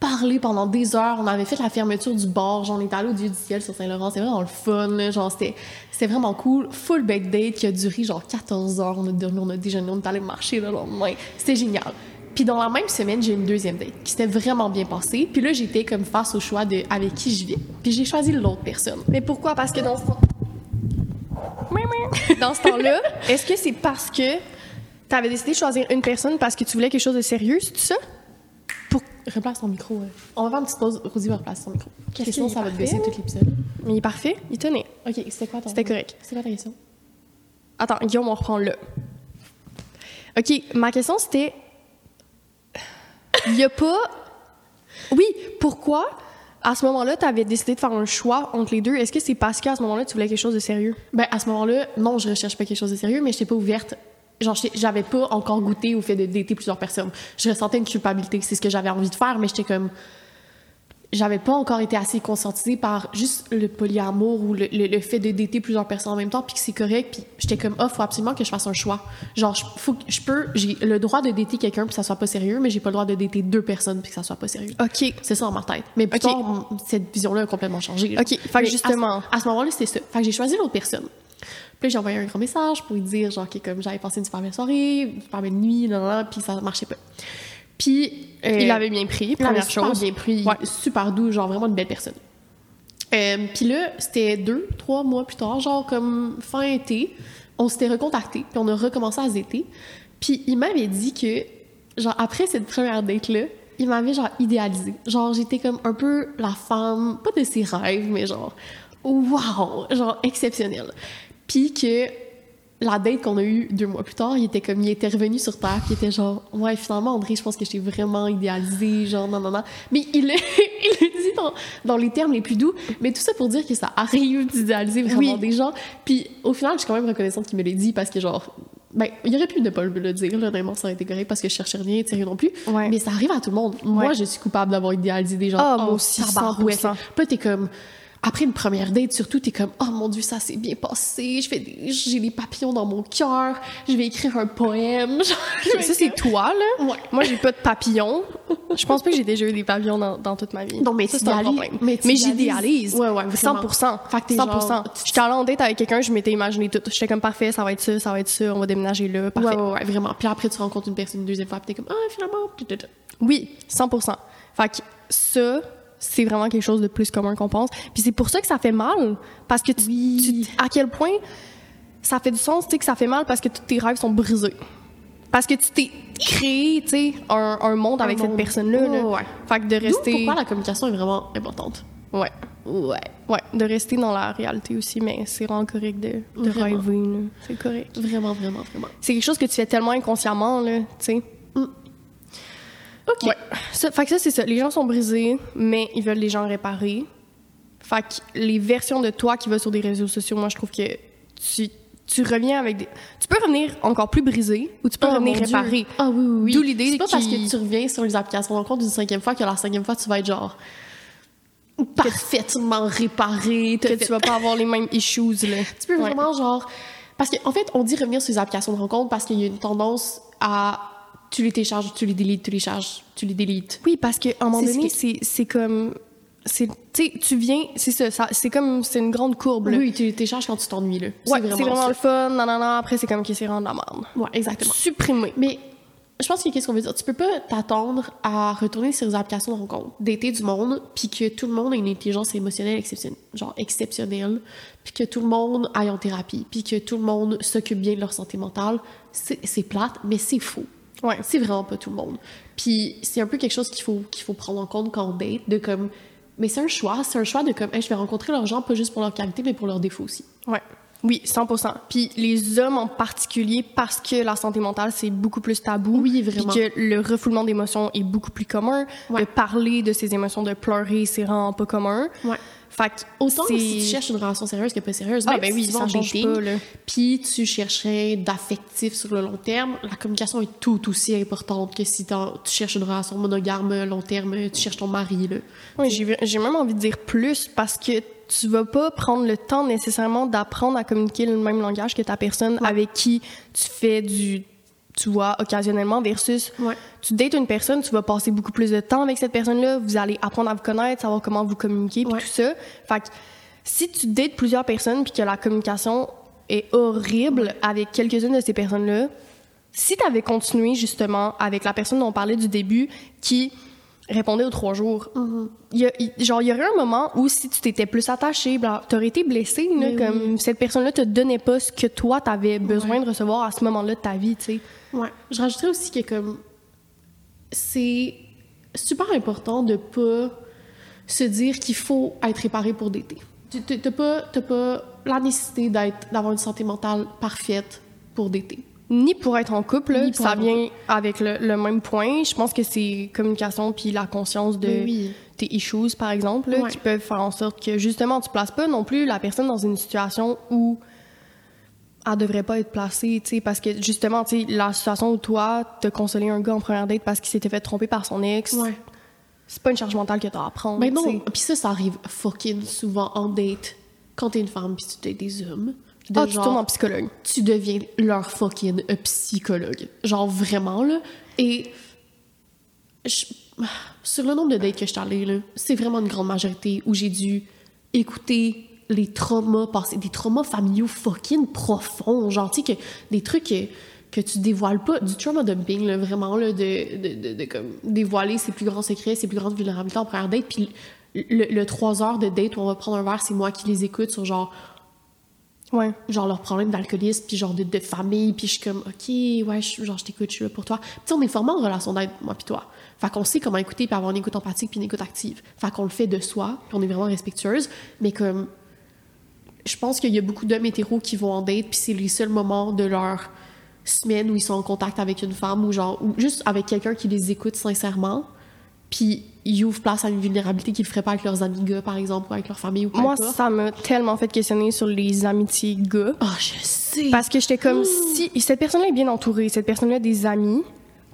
B: parlé pendant des heures, on avait fait la fermeture du bar, genre on était allé au Dieu du ciel sur Saint-Laurent, c'était vraiment le fun, là. genre c'était c'était vraiment cool. Full back date qui a duré genre 14 heures, on a dormi, on a déjeuné, on est allé marcher le lendemain. C'était génial. Puis dans la même semaine, j'ai eu une deuxième date qui s'était vraiment bien passée. Puis là, j'étais comme face au choix de avec qui je vais. Puis j'ai choisi l'autre personne.
A: Mais pourquoi? Parce que dans ce temps... dans ce temps-là, est-ce que c'est parce que t'avais décidé de choisir une personne parce que tu voulais quelque chose de sérieux, c'est ça?
B: Pour... Replace ton micro. ouais. On va faire une petite pause. Rosie va replacer son micro.
A: Qu'est-ce
B: Sinon,
A: qu'il est
B: ça va te
A: parfait, là?
B: baisser tout l'épisode.
A: Mais il est parfait, il tenait.
B: OK, c'était quoi ton...
A: C'était correct.
B: C'était quoi ta question?
A: Attends, Guillaume, on reprend là. OK, ma question c'était. Il n'y a pas. Oui, pourquoi à ce moment-là, tu avais décidé de faire un choix entre les deux. Est-ce que c'est parce qu'à ce moment-là, tu voulais quelque chose de sérieux?
B: Ben, à ce moment-là, non, je recherche pas quelque chose de sérieux, mais j'étais pas ouverte. Genre, j'étais- j'avais pas encore goûté au fait de dater plusieurs personnes. Je ressentais une culpabilité, c'est ce que j'avais envie de faire, mais j'étais comme. J'avais pas encore été assez conscientisée par juste le polyamour ou le, le- le fait de dater plusieurs personnes en même temps, puis que c'est correct, puis j'étais comme, ah, faut absolument que je fasse un choix. Genre, je- faut, que- je peux, j'ai le droit de dater quelqu'un, puis que ça soit pas sérieux, mais j'ai pas le droit de dater deux personnes, puis que ça soit pas sérieux.
A: OK.
B: C'est ça dans ma tête. Mais plus
A: Ok.
B: tard, m- cette vision-là a complètement changé. là.
A: OK. Fait que
B: Mais à ce-
A: justement-
B: À ce, moment-là, c'était ça. Fait que j'ai choisi l'autre personne. Puis là, j'ai envoyé un grand message pour lui dire, genre, que comme j'avais passé une super belle soirée, une super belle nuit, là, là, là, puis ça marchait pas. Puis. euh,
A: Il l'avait bien pris,
B: il l'avait
A: première
B: super
A: chose.
B: bien pris,
A: Ouais.
B: super doux, genre vraiment une belle personne. Euh, puis là, c'était deux, trois mois plus tard, genre comme fin été, on s'était recontacté, puis on a recommencé à zéter. Puis il m'avait dit que, genre après cette première date-là, il m'avait genre idéalisé. Genre j'étais comme un peu la femme, pas de ses rêves, mais genre, wow, genre exceptionnelle. Puis que la date qu'on a eue deux mois plus tard, il était comme, il était revenu sur Terre, puis il était genre, ouais, finalement, André, je pense que je t'ai vraiment idéalisé, genre, non, non, non. Mais il le, il le dit dans, dans les termes les plus doux, mais tout ça pour dire que ça arrive d'idéaliser vraiment
A: Oui.
B: des gens. Puis au final, je suis quand même reconnaissante qu'il me l'ait dit, parce que genre, ben, il aurait pu ne pas me le dire, là, honnêtement, ça aurait été correct, parce que je cherchais rien, tu sais, rien non plus.
A: Ouais.
B: Mais ça arrive à tout le monde. Moi,
A: Ouais.
B: je suis coupable d'avoir idéalisé des gens.
A: Ah, moi aussi,
B: tabarouette.
A: 100%.
B: Puis là, t'es comme. Après une première date, surtout, t'es comme, oh mon dieu, ça s'est bien passé, je fais des- j'ai des papillons dans mon cœur, je vais écrire un poème. Genre, je vais
A: Ça, c'est
B: écrire-
A: toi, là.
B: Ouais.
A: Moi, j'ai pas de papillon. Je pense pas que j'ai déjà eu des papillons dans, dans toute ma vie.
B: Non, mais
A: ça, c'est un
B: t'idéalises-
A: problème.
B: mais
A: Mais,
B: t'idéalises.
A: j'idéalise.
B: Ouais, ouais, vraiment.
A: 100%.
B: Fait que t'es
A: 100%.
B: genre-
A: J'étais allée en date avec quelqu'un, je m'étais imaginé tout. J'étais comme parfait, ça va être ça, ça va être ça, on va déménager là, parfait.
B: Ouais, ouais, ouais, vraiment. Puis après, tu rencontres une personne une deuxième fois, puis t'es comme, ah, finalement, puis tout, tout.
A: Oui, 100%. Fait que ça, c'est vraiment quelque chose de plus commun qu'on pense. Puis c'est pour ça que ça fait mal, parce que tu,
B: Oui.
A: tu- à quel point ça fait du sens, tu sais, que ça fait mal parce que tous tes rêves sont brisés. Parce que tu t'es créé, tu sais, un, un monde avec cette
B: monde.
A: personne-là.
B: Ouais,
A: là.
B: ouais.
A: Fait que de
B: D'où
A: rester...
B: pourquoi la communication est vraiment importante.
A: Ouais. Ouais. Ouais, de rester dans la réalité aussi, mais c'est vraiment correct de, de
B: Vraiment.
A: rêver, là. C'est correct.
B: Vraiment, vraiment, vraiment.
A: C'est quelque chose que tu fais tellement inconsciemment, là, tu sais.
B: OK.
A: Ouais. Ça, fait que ça, c'est ça. Les gens sont brisés, mais ils veulent les gens réparer. Fait que les versions de toi qui va sur des réseaux sociaux, moi, je trouve que tu, tu reviens avec des... Tu peux revenir encore plus brisé ou tu peux
B: Ah,
A: revenir
B: mon Dieu.
A: réparé.
B: Ah oui, oui, oui.
A: D'où l'idée
B: C'est pas
A: qui-
B: parce que tu reviens sur les applications rencontre une cinquième fois que la cinquième fois, tu vas être genre parfaitement réparé.
A: Que tu vas pas avoir les mêmes issues, là.
B: Tu peux
A: Ouais.
B: vraiment genre... Parce qu'en en fait, on dit revenir sur les applications de rencontre parce qu'il y a une tendance à... Tu les télécharges, tu les délites, tu les charges, tu les délites.
A: Oui, parce qu'à un moment
B: C'est ce
A: donné,
B: que-
A: c'est c'est comme... c'est- Tu sais, tu viens... C'est ça, ça- c'est comme... C'est une grande courbe, là.
B: Oui, tu les télécharges quand tu t'ennuies, là.
A: Ouais, c'est vraiment,
B: ça.
A: le fun, non, non, non. Après, c'est comme qui s'est rendu la merde.
B: Ouais, exactement.
A: Supprimer.
B: Mais je pense que qu'est-ce qu'on veut dire? Tu peux pas t'attendre à retourner sur les applications de rencontre, d'été du monde, puis que tout le monde ait une intelligence émotionnelle exceptionnelle, genre exceptionnelle, puis que tout le monde aille en thérapie, puis que tout le monde s'occupe bien de leur santé mentale. C'est c'est plate, mais c'est faux.
A: Ouais.
B: C'est vraiment pas tout le monde. Puis c'est un peu quelque chose qu'il faut, qu'il faut prendre en compte quand on date, de comme... Mais c'est un choix, c'est un choix de comme, Hey, je vais rencontrer leurs gens, pas juste pour leurs qualités, mais pour leurs défauts aussi.
A: Ouais. Oui, 100%. Puis les hommes en particulier, parce que la santé mentale, c'est beaucoup plus tabou.
B: Oui, vraiment.
A: Puis que le refoulement d'émotions est beaucoup plus commun.
B: Ouais.
A: De parler de ses émotions, de pleurer, c'est vraiment pas commun.
B: Ouais.
A: Fait que
B: Autant
A: c'est-
B: si tu cherches une relation sérieuse que pas sérieuse,
A: Ah,
B: même
A: ben
B: si
A: oui,
B: tu vas
A: ça
B: en
A: change
B: dating,
A: pas, là.
B: puis tu chercherais d'affectif sur le long terme, la communication est tout aussi importante que si t'en- tu cherches une relation monogame long terme, tu cherches ton mari. Là.
A: Oui, j'ai j'ai même envie de dire plus parce que tu vas pas prendre le temps nécessairement d'apprendre à communiquer le même langage que ta personne avec qui tu fais du tu vois occasionnellement versus
B: Ouais.
A: tu dates une personne, tu vas passer beaucoup plus de temps avec cette personne-là, vous allez apprendre à vous connaître, savoir comment vous communiquer puis
B: Ouais.
A: tout ça. Fait que si tu dates plusieurs personnes puis que la communication est horrible avec quelques-unes de ces personnes-là, si tu avais continué justement avec la personne dont on parlait du début qui répondait aux trois jours,
B: Mhm.
A: il y a- il- genre il y aurait un moment où si tu t'étais plus attaché, tu aurais été blessé, là,
B: Mais
A: comme cette personne-là te donnait pas ce que toi t'avais besoin de recevoir à ce moment-là de ta vie, tu sais.
B: Ouais. Je rajouterais aussi que comme c'est super important de pas se dire qu'il faut être réparé pour dater. Tu- tu- T'as pas, t'as pas la nécessité d'être, d'avoir une santé mentale parfaite pour dater.
A: ni pour être en couple,
B: Ni pour
A: ça
B: être en
A: vient avec le, le même point. Je pense que c'est communication puis la conscience de
B: Mais oui.
A: tes issues, par exemple, là,
B: Ouais.
A: qui peuvent faire en sorte que justement tu places pas non plus la personne dans une situation où elle devrait pas être placée, tu sais, parce que justement, tu sais, la situation où toi te consoler un gars en première date parce qu'il s'était fait tromper par son ex,
B: Ouais.
A: c'est pas une charge mentale que t'as à prendre.
B: Mais
A: tu
B: Ben non,
A: sais.
B: puis ça, ça arrive fucking souvent en date quand t'es une femme puis tu dates des hommes. De
A: Ah, tu
B: genre,
A: tournes en psychologue.
B: tu deviens leur fucking psychologue. Genre vraiment, là. Et je- sur le nombre de dates que je suis allée, là, c'est vraiment une grande majorité où j'ai dû écouter les traumas passés, des traumas familiaux fucking profonds. Genre, tu sais, que des trucs que, que tu dévoiles pas, du trauma dumping, là, vraiment, là, de, de, de- de comme dévoiler ses plus grands secrets, ses plus grandes vulnérabilités en première date. Puis le, le 3 heures de date où on va prendre un verre, c'est moi qui les écoute sur genre
A: Ouais.
B: genre leur problème d'alcoolisme puis genre de, de famille puis je suis comme ok ouais je, genre je t'écoute je suis là pour toi puis tu sais, on est formé en relation d'aide moi puis toi fait qu'on sait comment écouter puis avoir une écoute empathique puis une écoute active fait qu'on le fait de soi puis on est vraiment respectueuse mais comme je pense qu'il y a beaucoup d'hommes hétéros qui vont en date puis c'est les seuls moments de leur semaine où ils sont en contact avec une femme ou genre ou juste avec quelqu'un qui les écoute sincèrement puis ils ouvrent place à une vulnérabilité qu'ils feraient pas avec leurs amis gars par exemple ou avec leur famille ou peu
A: Moi,
B: importe.
A: ça m'a tellement fait questionner sur les amitiés gars.
B: Ah, je sais
A: Parce que j'étais comme,
B: Oh!
A: si cette personne-là est bien entourée, cette personne-là a des amis,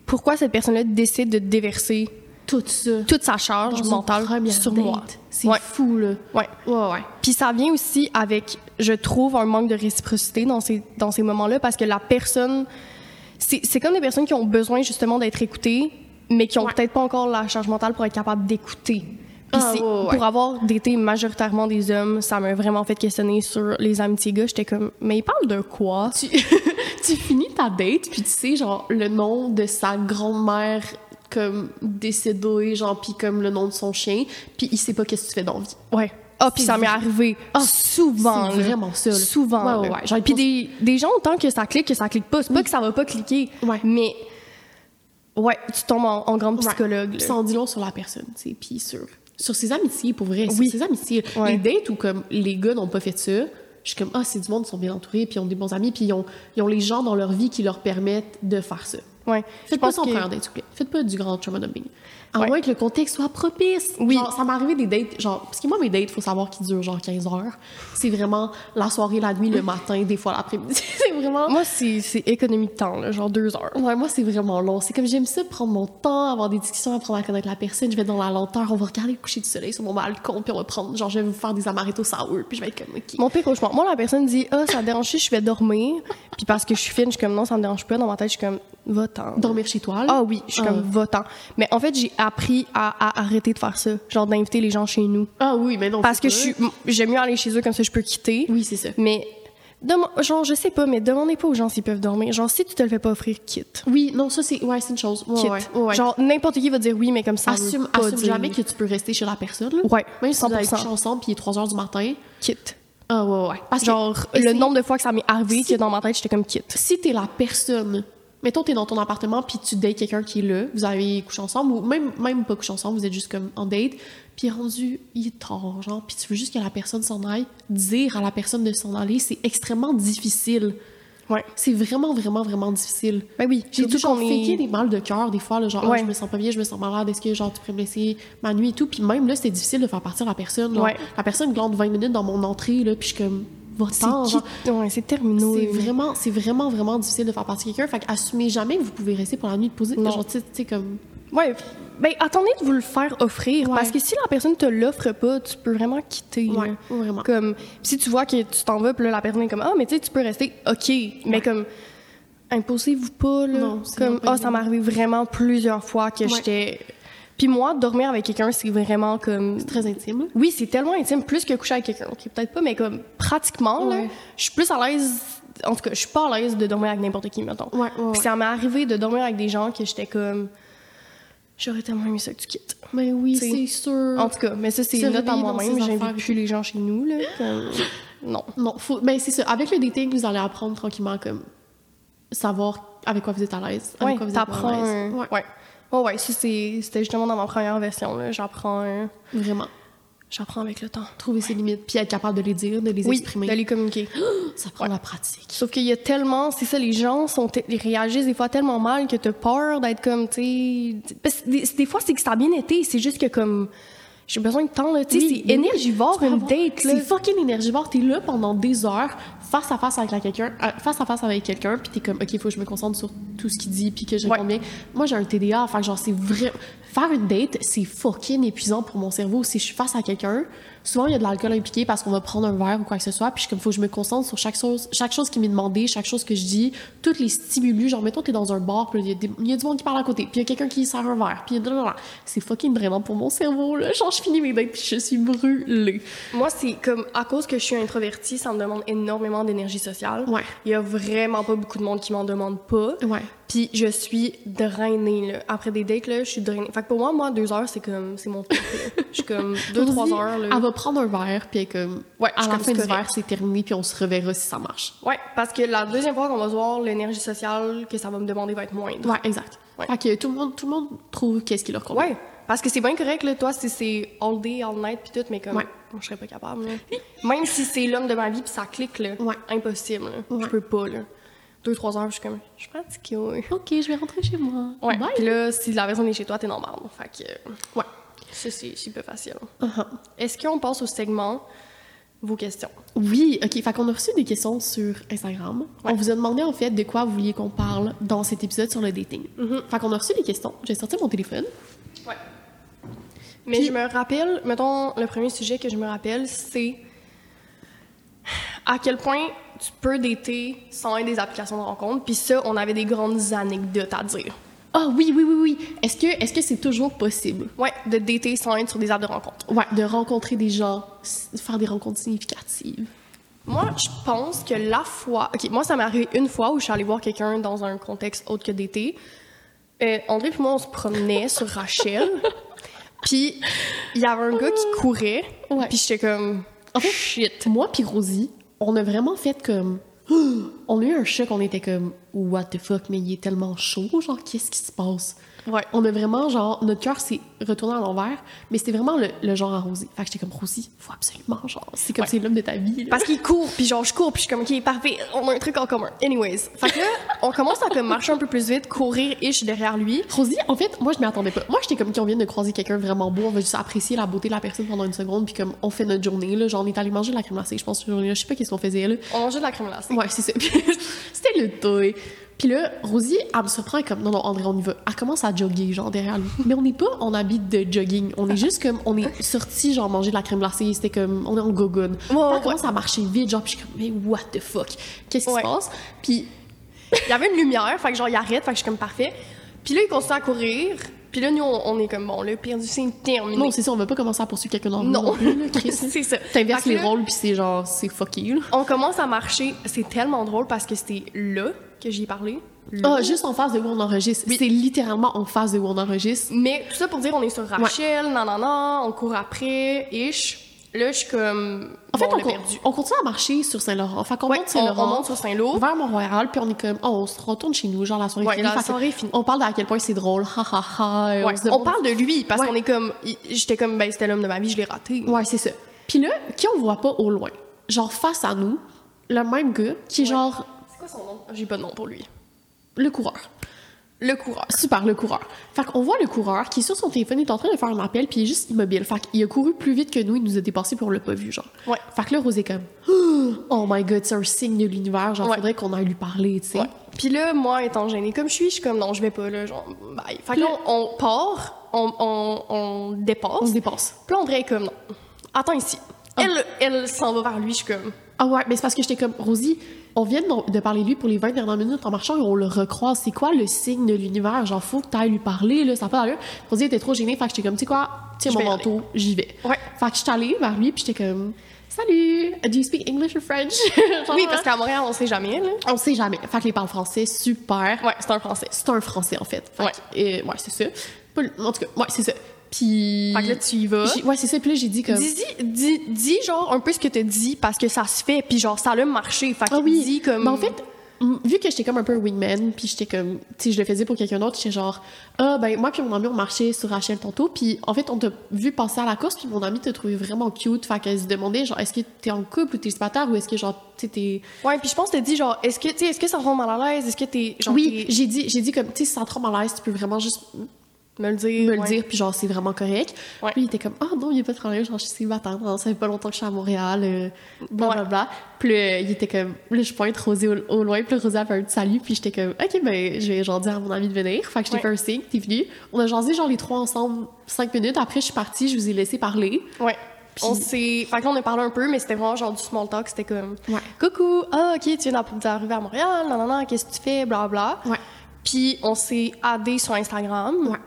A: pourquoi cette personne-là décide de déverser
B: tout ça
A: toute sa charge
B: Dans une
A: mentale
B: première
A: sur
B: date.
A: moi?
B: C'est
A: Ouais.
B: fou, là.
A: Ouais.
B: Ouais, ouais.
A: Puis ça vient aussi avec, je trouve, un manque de réciprocité dans ces, dans ces moments-là parce que la personne. C'est c'est comme des personnes qui ont besoin justement d'être écoutées, mais qui ont
B: Ouais.
A: peut-être pas encore la charge mentale pour être capable d'écouter. Puis
B: Ah,
A: c'est-
B: ouais, ouais, ouais.
A: pour avoir d'été majoritairement des hommes, ça m'a vraiment fait questionner sur les amitiés gars. J'étais comme, mais ils parlent de quoi?
B: Tu, tu finis ta date, puis tu sais, genre, le nom de sa grand-mère, comme décédée, genre, puis comme le nom de son chien, puis il sait pas qu'est-ce que tu fais dans la vie.
A: Ouais. Ah, puis
B: C'est
A: ça m'est
B: vrai.
A: arrivé
B: Ah,
A: souvent.
B: c'est
A: là.
B: vraiment ça, là.
A: Souvent.
B: Ouais, ouais,
A: là.
B: ouais. Genre, ils
A: Puis
B: pensent-
A: des, des gens, autant que ça clique, que ça clique pas. C'est pas que ça va pas cliquer.
B: Ouais.
A: Mais, ouais, tu tombes en, en grande
B: Ouais.
A: psychologue. là.
B: Puis ça en dit long sur la personne, tu sais, puis sur, sur ses amitiés, pour vrai.
A: Oui.
B: Sur ses amitiés.
A: Ouais.
B: Les dates où, comme, les gars n'ont pas fait ça, je suis comme, ah, c'est du monde, ils sont bien entourés, puis ils ont des bons amis, puis ils ont, ils ont les gens dans leur vie qui leur permettent de faire ça.
A: Ouais. Je
B: Faites pas
A: pense
B: ça en
A: que-
B: première date, s'il vous plaît. Faites pas du grand trauma dumping. À
A: Ouais.
B: moins que le contexte soit propice.
A: Oui.
B: Genre, ça m'est arrivé des dates, genre, parce que moi, mes dates, faut savoir qu'ils durent genre 15 heures. C'est vraiment la soirée, la nuit, le matin, des fois l'après-midi. c'est vraiment.
A: Moi, c'est c'est économie de temps, là, genre deux heures.
B: Ouais, moi, c'est vraiment long. C'est comme j'aime ça prendre mon temps, avoir des discussions, apprendre à connaître la personne. Je vais dans la lenteur, on va regarder le coucher du soleil sur mon balcon, puis on va prendre, genre, je vais vous faire des amarettos sour, puis je vais être comme, ok.
A: Mon pire cauchemar. Moi, la personne dit Ah, ça te dérange, je vais dormir. Puis parce que je suis fine, je suis comme Non, ça me dérange pas. Dans ma tête, je suis comme Va-t'en.
B: Dormir chez toi, là.
A: Ah oui, je suis
B: Ah.
A: comme Va-t'en. Mais en fait, j'ai appris à, à arrêter de faire ça. Genre d'inviter les gens chez nous.
B: Ah oui, mais non.
A: Parce que
B: c'est pas-
A: je suis- j'aime mieux aller chez eux comme ça, je peux quitter.
B: Oui, c'est ça.
A: Mais dema- genre, je sais pas, mais demandez pas aux gens s'ils peuvent dormir. Genre, si tu te le fais pas offrir, quitte.
B: Oui, non, ça, c'est. Ouais, c'est une chose. Ouais,
A: Quitte.
B: ouais, ouais, ouais.
A: Genre, n'importe qui va dire oui, mais comme ça.
B: assume,
A: veut pas
B: assume
A: dire
B: jamais
A: oui.
B: que tu peux rester chez la personne. Là.
A: Ouais,
B: Même si vous avez
A: 100%.
B: couché ensemble puis il est 3 h du matin.
A: Quitte.
B: Ah ouais, ouais, ouais. Parce que
A: Genre, le
B: essaye-
A: nombre de fois que ça m'est arrivé,
B: Si-
A: que dans ma tête, j'étais comme quitte.
B: Si t'es la personne, mettons t'es dans ton appartement puis tu dates quelqu'un qui est là, vous avez couché ensemble ou même, même pas couché ensemble, vous êtes juste comme en date, puis rendu, il est tard, genre, puis tu veux juste que la personne s'en aille, dire à la personne de s'en aller, c'est extrêmement difficile.
A: Ouais.
B: C'est vraiment, vraiment, vraiment difficile.
A: Ben oui,
B: J'ai tout
A: qu'on
B: genre
A: est-
B: faker des mal de cœur des fois, là, genre Ah,
A: Ouais.
B: je me sens pas bien, je me sens malade, est-ce que genre tu pourrais me laisser ma nuit et tout, puis même là c'était difficile de faire partir la personne, genre,
A: Ouais.
B: la personne glande 20 minutes dans mon entrée là, puis je suis comme
A: C'est
B: va-t'en, genre.
A: quitte. Ouais, c'est terminé.
B: c'est vraiment, c'est vraiment, vraiment difficile de faire partir quelqu'un. Fait assumez jamais que vous pouvez rester pour la nuit de poser.
A: Non.
B: Genre, tu sais- tu sais, comme.
A: Ouais. Ben, attendez de vous le faire offrir.
B: Ouais.
A: Parce que si la personne te l'offre pas, tu peux vraiment quitter. là.
B: Ouais, vraiment.
A: Comme, si tu vois que tu t'en vas, puis là, la personne est comme, ah, mais tu sais, tu peux rester, OK. Mais comme, imposez-vous pas, là.
B: Non, c'est
A: comme,
B: vraiment pas
A: ah, ça
B: évident.
A: m'est arrivé vraiment plusieurs fois que
B: Ouais.
A: j'étais. Puis moi, dormir avec quelqu'un, c'est vraiment comme.
B: Très intime.
A: Oui, c'est tellement intime, plus que coucher avec quelqu'un. OK, peut-être pas, mais comme, pratiquement, là,
B: Ouais.
A: je suis plus à l'aise. En tout cas, je suis pas à l'aise de dormir avec n'importe qui, mettons.
B: Ouais, ouais, ouais.
A: Puis ça m'est arrivé de dormir avec des gens que j'étais comme. J'aurais tellement aimé ça que tu quittes.
B: Mais Ben oui,
A: Tu sais.
B: c'est sûr.
A: En tout cas, mais ça, c'est une
B: Se
A: note à
B: réveiller dans
A: moi-même.
B: ses
A: J'invite
B: affaires et
A: plus les gens chez nous. Là, comme- Non.
B: Non, faut. Mais c'est ça. Avec le dating, vous allez apprendre tranquillement, comme. Savoir avec quoi vous êtes à l'aise. Avec
A: Ouais,
B: quoi vous êtes pas
A: t'apprends.
B: à
A: un-
B: l'aise.
A: Ouais.
B: Ouais.
A: Ouais, ouais, ça, c'est- c'était justement dans ma première version. là, J'apprends. un-
B: Vraiment.
A: J'apprends avec le temps.
B: Trouver ses limites, puis être capable de les dire, de les
A: oui,
B: exprimer.
A: de les communiquer.
B: Ça prend la pratique.
A: Sauf qu'il y a tellement, c'est ça, les gens sont, ils réagissent des fois tellement mal que t'as peur d'être comme, tu sais. parce que Des, des fois, c'est que ça a bien été, c'est juste que comme, j'ai besoin de temps, là. Tu sais,
B: Oui,
A: c'est
B: oui.
A: énergivore
B: Tu peux
A: une
B: avoir-
A: date, là.
B: C'est fucking énergivore. T'es là pendant des heures, face à face avec la quelqu'un, euh, face à face avec quelqu'un, puis t'es comme, ok, faut que je me concentre sur tout ce qu'il dit, puis que je
A: Ouais.
B: réponds bien. Moi, j'ai un TDA, enfin, genre, c'est vrai. Faire une date, c'est fucking épuisant pour mon cerveau. Si je suis face à quelqu'un, souvent il y a de l'alcool impliqué parce qu'on va prendre un verre ou quoi que ce soit, puis je suis comme, faut que je me concentre sur chaque chose, chaque chose qui m'est demandée, chaque chose que je dis, tous les stimulus. Genre, mettons, t'es dans un bar, puis il y, a des- il y a du monde qui parle à côté, puis il y a quelqu'un qui sert un verre, puis blablabla. c'est fucking drainant pour mon cerveau, là. Genre, je finis mes dates, puis je suis brûlée.
A: Moi, c'est comme, à cause que je suis introvertie, ça me demande énormément d'énergie sociale.
B: Ouais.
A: Il y a vraiment pas beaucoup de monde qui m'en demande pas.
B: Ouais.
A: Puis je suis drainée, là. Après des dates, là, je suis drainée. Fait que pour moi, moi, deux heures, c'est comme, c'est mon truc, là. Je suis comme, deux,
B: On
A: trois
B: dit,
A: heures, là.
B: Elle va prendre un verre, puis elle est comme. Ouais,
A: je
B: à
A: suis
B: la
A: comme,
B: fin du
A: c'est correct.
B: verre, Ah, c'est terminé, puis on se reverra si ça marche.
A: Ouais, parce que la deuxième fois qu'on va se voir, l'énergie sociale que ça va me demander va être moindre.
B: Ouais, exact.
A: Ouais.
B: Fait que tout le monde, tout le monde trouve qu'est-ce qui leur convient.
A: Ouais, parce que c'est bien correct, là, toi, si c'est all day, all night, puis tout, mais comme,
B: Ouais.
A: moi, je serais pas capable, là. Même si c'est l'homme de ma vie, puis ça clique, là,
B: Ouais.
A: impossible, là.
B: Ouais.
A: Je peux pas, là. Deux, trois heures, je suis comme, je suis fatiguée, ouais.
B: Ok, je vais rentrer chez moi.
A: Ouais,
B: Bye.
A: puis là, si la personne est chez toi, t'es normal, fait que...
B: Ouais.
A: Ça, c'est c'est peu facile.
B: Uh-huh.
A: Est-ce qu'on passe au segment vos questions?
B: Oui, ok. Fait qu'on a reçu des questions sur Instagram.
A: Ouais.
B: On vous a demandé en fait de quoi vous vouliez qu'on parle dans cet épisode sur le dating. Fait qu'on a reçu des questions. J'ai sorti mon téléphone.
A: Ouais. Mais
B: Puis-
A: je me rappelle, mettons, le premier sujet que je me rappelle, c'est à quel point tu peux dater sans être des applications de rencontre. Puis ça, on avait des grandes anecdotes à dire.
B: Ah oui, oui, oui, oui. Est-ce que est-ce que c'est toujours possible?
A: Ouais, de dater sans être sur des apps de rencontre.
B: Ouais, de rencontrer des gens, s- faire des rencontres significatives.
A: Moi, je pense que la fois. OK, moi, ça m'est arrivé une fois où je suis allée voir quelqu'un dans un contexte autre que d'été. Euh, André puis moi, on se promenait sur Rachel. Puis il y avait un gars qui courait.
B: Ouais.
A: Puis j'étais comme.
B: En fait, moi puis Rosie, on a vraiment fait comme. On a eu un choc, on était comme What the fuck, mais il est tellement chaud, genre qu'est-ce qui se passe?
A: Ouais.
B: On a vraiment, genre, notre cœur s'est retourné à l'envers, mais c'était vraiment le, le genre à Rosie. Fait que j'étais comme Rosie, faut absolument, genre, c'est comme
A: Ouais.
B: c'est l'homme de ta vie. là.
A: Parce qu'il court, puis genre je cours, puis je suis comme, ok, parfait, on a un truc en commun. Anyways, fait que là, on commence à comme marcher un peu plus vite, courir ish derrière lui.
B: Rosie, en fait, moi je m'y attendais pas. Moi j'étais comme qu'on vient de croiser quelqu'un vraiment beau, on va juste apprécier la beauté de la personne pendant une seconde, puis comme on fait notre journée, là, genre on est allé manger de la crème glacée, je pense, une journée, je sais pas qu'est-ce qu'on faisait, là.
A: On mangeait de la crème glacée.
B: Ouais, c'est ça. Puis, C'était le toy. Puis là, Rosie, elle me surprend elle est comme non, non, André, on y va. Elle commence à jogger, genre derrière lui. Mais on n'est pas en habit de jogging. On est juste comme, on est sorti, genre manger de la crème glacée. C'était comme, on est en gogoon. Puis
A: ouais,
B: elle
A: ouais.
B: commence à marcher vite, genre, puis je suis comme, mais what the fuck? Qu'est-ce qui
A: Ouais.
B: se passe? Puis
A: Il y avait une lumière, fait que genre il arrête, fait que je suis comme parfait. Puis là, il continue à courir, puis là, nous, on, on est comme bon, le pire du signe terminé.
B: non, c'est ça, on veut pas commencer à poursuivre quelqu'un dans le
A: Non.
B: non.
A: c'est ça.
B: T'inverses
A: Fait que
B: les
A: là,
B: rôles, puis c'est genre, c'est fucky, là.
A: On commence à marcher, c'est tellement drôle parce que c'était là que j'y ai parlé.
B: Ah,
A: Là.
B: juste en face de où on enregistre. C'est littéralement en face de où on enregistre.
A: Mais tout ça pour dire, on est sur Rachel, non, non, non, on court après, ish. Là, je suis comme.
B: En fait,
A: bon,
B: on,
A: l'a
B: con-
A: perdu.
B: on continue à marcher sur Saint-Laurent. Fait qu'on
A: Ouais,
B: monte
A: on,
B: Saint-Laurent.
A: on monte sur Saint-Lô.
B: vers Mont-Royal, puis on est comme, oh, on se retourne chez nous, genre la soirée
A: Oh. Ouais,
B: finie.
A: la
B: Fait que
A: soirée est finie.
B: On parle de à quel point c'est drôle, ha ha ha. et
A: Ouais,
B: se
A: on,
B: demande-
A: parle de lui parce
B: Ouais.
A: qu'on est comme. il- J'étais comme, ben, c'était l'homme de ma vie, je l'ai raté.
B: Ouais, c'est ça. Puis là, qui on voit pas au loin? Genre face à nous, le même gars, qui est genre
A: C'est quoi son nom J'ai pas de nom pour lui.
B: le coureur.
A: Le coureur.
B: Super, le coureur. Fait qu'on voit le coureur qui, sur son téléphone, est en train de faire un appel, puis il est juste immobile. Fait qu'il a couru plus vite que nous, il nous a dépassé, puis on l'a pas vu, genre.
A: Ouais.
B: Fait que là, Rose est comme, oh my god, c'est un signe de l'univers, genre,
A: Ouais.
B: faudrait qu'on aille lui parler, tu sais.
A: Ouais. Puis là, moi, étant gênée comme je suis, je suis comme, non, je vais pas, là, genre, bye. Fait que là, on on part, on, on, on dépasse. Ah.
B: On se dépasse.
A: Puis là, André est comme, non, attends ici. Elle, elle s'en va vers lui, je suis comme.
B: Ah ouais, mais c'est parce que j'étais comme, Rosie, on vient de, de parler de lui pour les 20 dernières minutes en marchant et on le recroise. C'est quoi le signe de l'univers? Genre, faut que t'ailles lui parler, là, ça n'a pas d'allure. Rosie était trop gênée, fait que j'étais comme, tu sais quoi, tiens
A: Je
B: mon
A: vais y
B: manteau, j'y vais.
A: Ouais.
B: Fait que j'étais allée vers lui, puis j'étais comme, salut, do you speak English or French? Genre,
A: Oui, parce qu'à Montréal, on sait jamais, là.
B: on sait jamais. Fait qu'il parle français, super.
A: Ouais, c'est un français.
B: C'est un français, en fait. Fait
A: Ouais.
B: que, euh, ouais, c'est ça. Pas le- En tout cas, ouais, c'est ça. Puis.
A: Fait que là, tu y vas.
B: J'ai- Ouais, c'est ça. Puis là, j'ai dit comme.
A: Dis, dis, dis, genre, un peu ce que t'as dit parce que ça se fait, puis genre, ça a le marché. Fait que
B: Ah oui.
A: dis comme.
B: Mais en fait, m- vu que j'étais comme un peu wingman, puis j'étais comme, tu sais, je le faisais pour quelqu'un d'autre, j'étais genre, ah ben moi puis mon ami on marchait sur Rachel tantôt, puis en fait on t'a vu passer à la course, puis mon ami t'a trouvé vraiment cute, fait qu'elle se demandait genre, est-ce que t'es en couple ou t'es célibataire ou est-ce que genre, tu sais, t'es
A: Ouais, puis je pense que t'as dit, genre, est-ce que, tu sais, est-ce que ça te rend mal à l'aise? Est-ce que t'es. Genre,
B: oui,
A: t'es-
B: j'ai dit, j'ai dit comme, tu sais, si ça te rend mal à l'aise, tu peux vraiment juste
A: me le dire.
B: me le
A: ouais.
B: dire, puis genre, c'est vraiment correct.
A: Ouais.
B: Puis il était comme, ah non, il n'y a pas de problème, genre, je suis célibataire, non, ça fait pas longtemps que je suis à Montréal, euh, blablabla. Puis là, il était comme, là, je pointe Rosé au, au loin, puis là, Rosé a fait un petit salut, puis j'étais comme, ok, ben, je vais genre dire à mon ami de venir. Fait que je t'ai
A: Ouais.
B: fait un signe, t'es venu. On a jasé genre les trois ensemble cinq minutes, après, je suis partie, je vous ai laissé parler.
A: Ouais.
B: Puis-
A: On s'est. Fait que là, on a parlé un peu, mais c'était vraiment genre du small talk. C'était comme.
B: Ouais.
A: Coucou, ah, ok, tu viens d'ar- d'arriver à Montréal, non, non, non, qu'est-ce que tu fais, bla, bla.
B: Ouais.
A: Puis on s'est addé sur Instagram.
B: Ouais.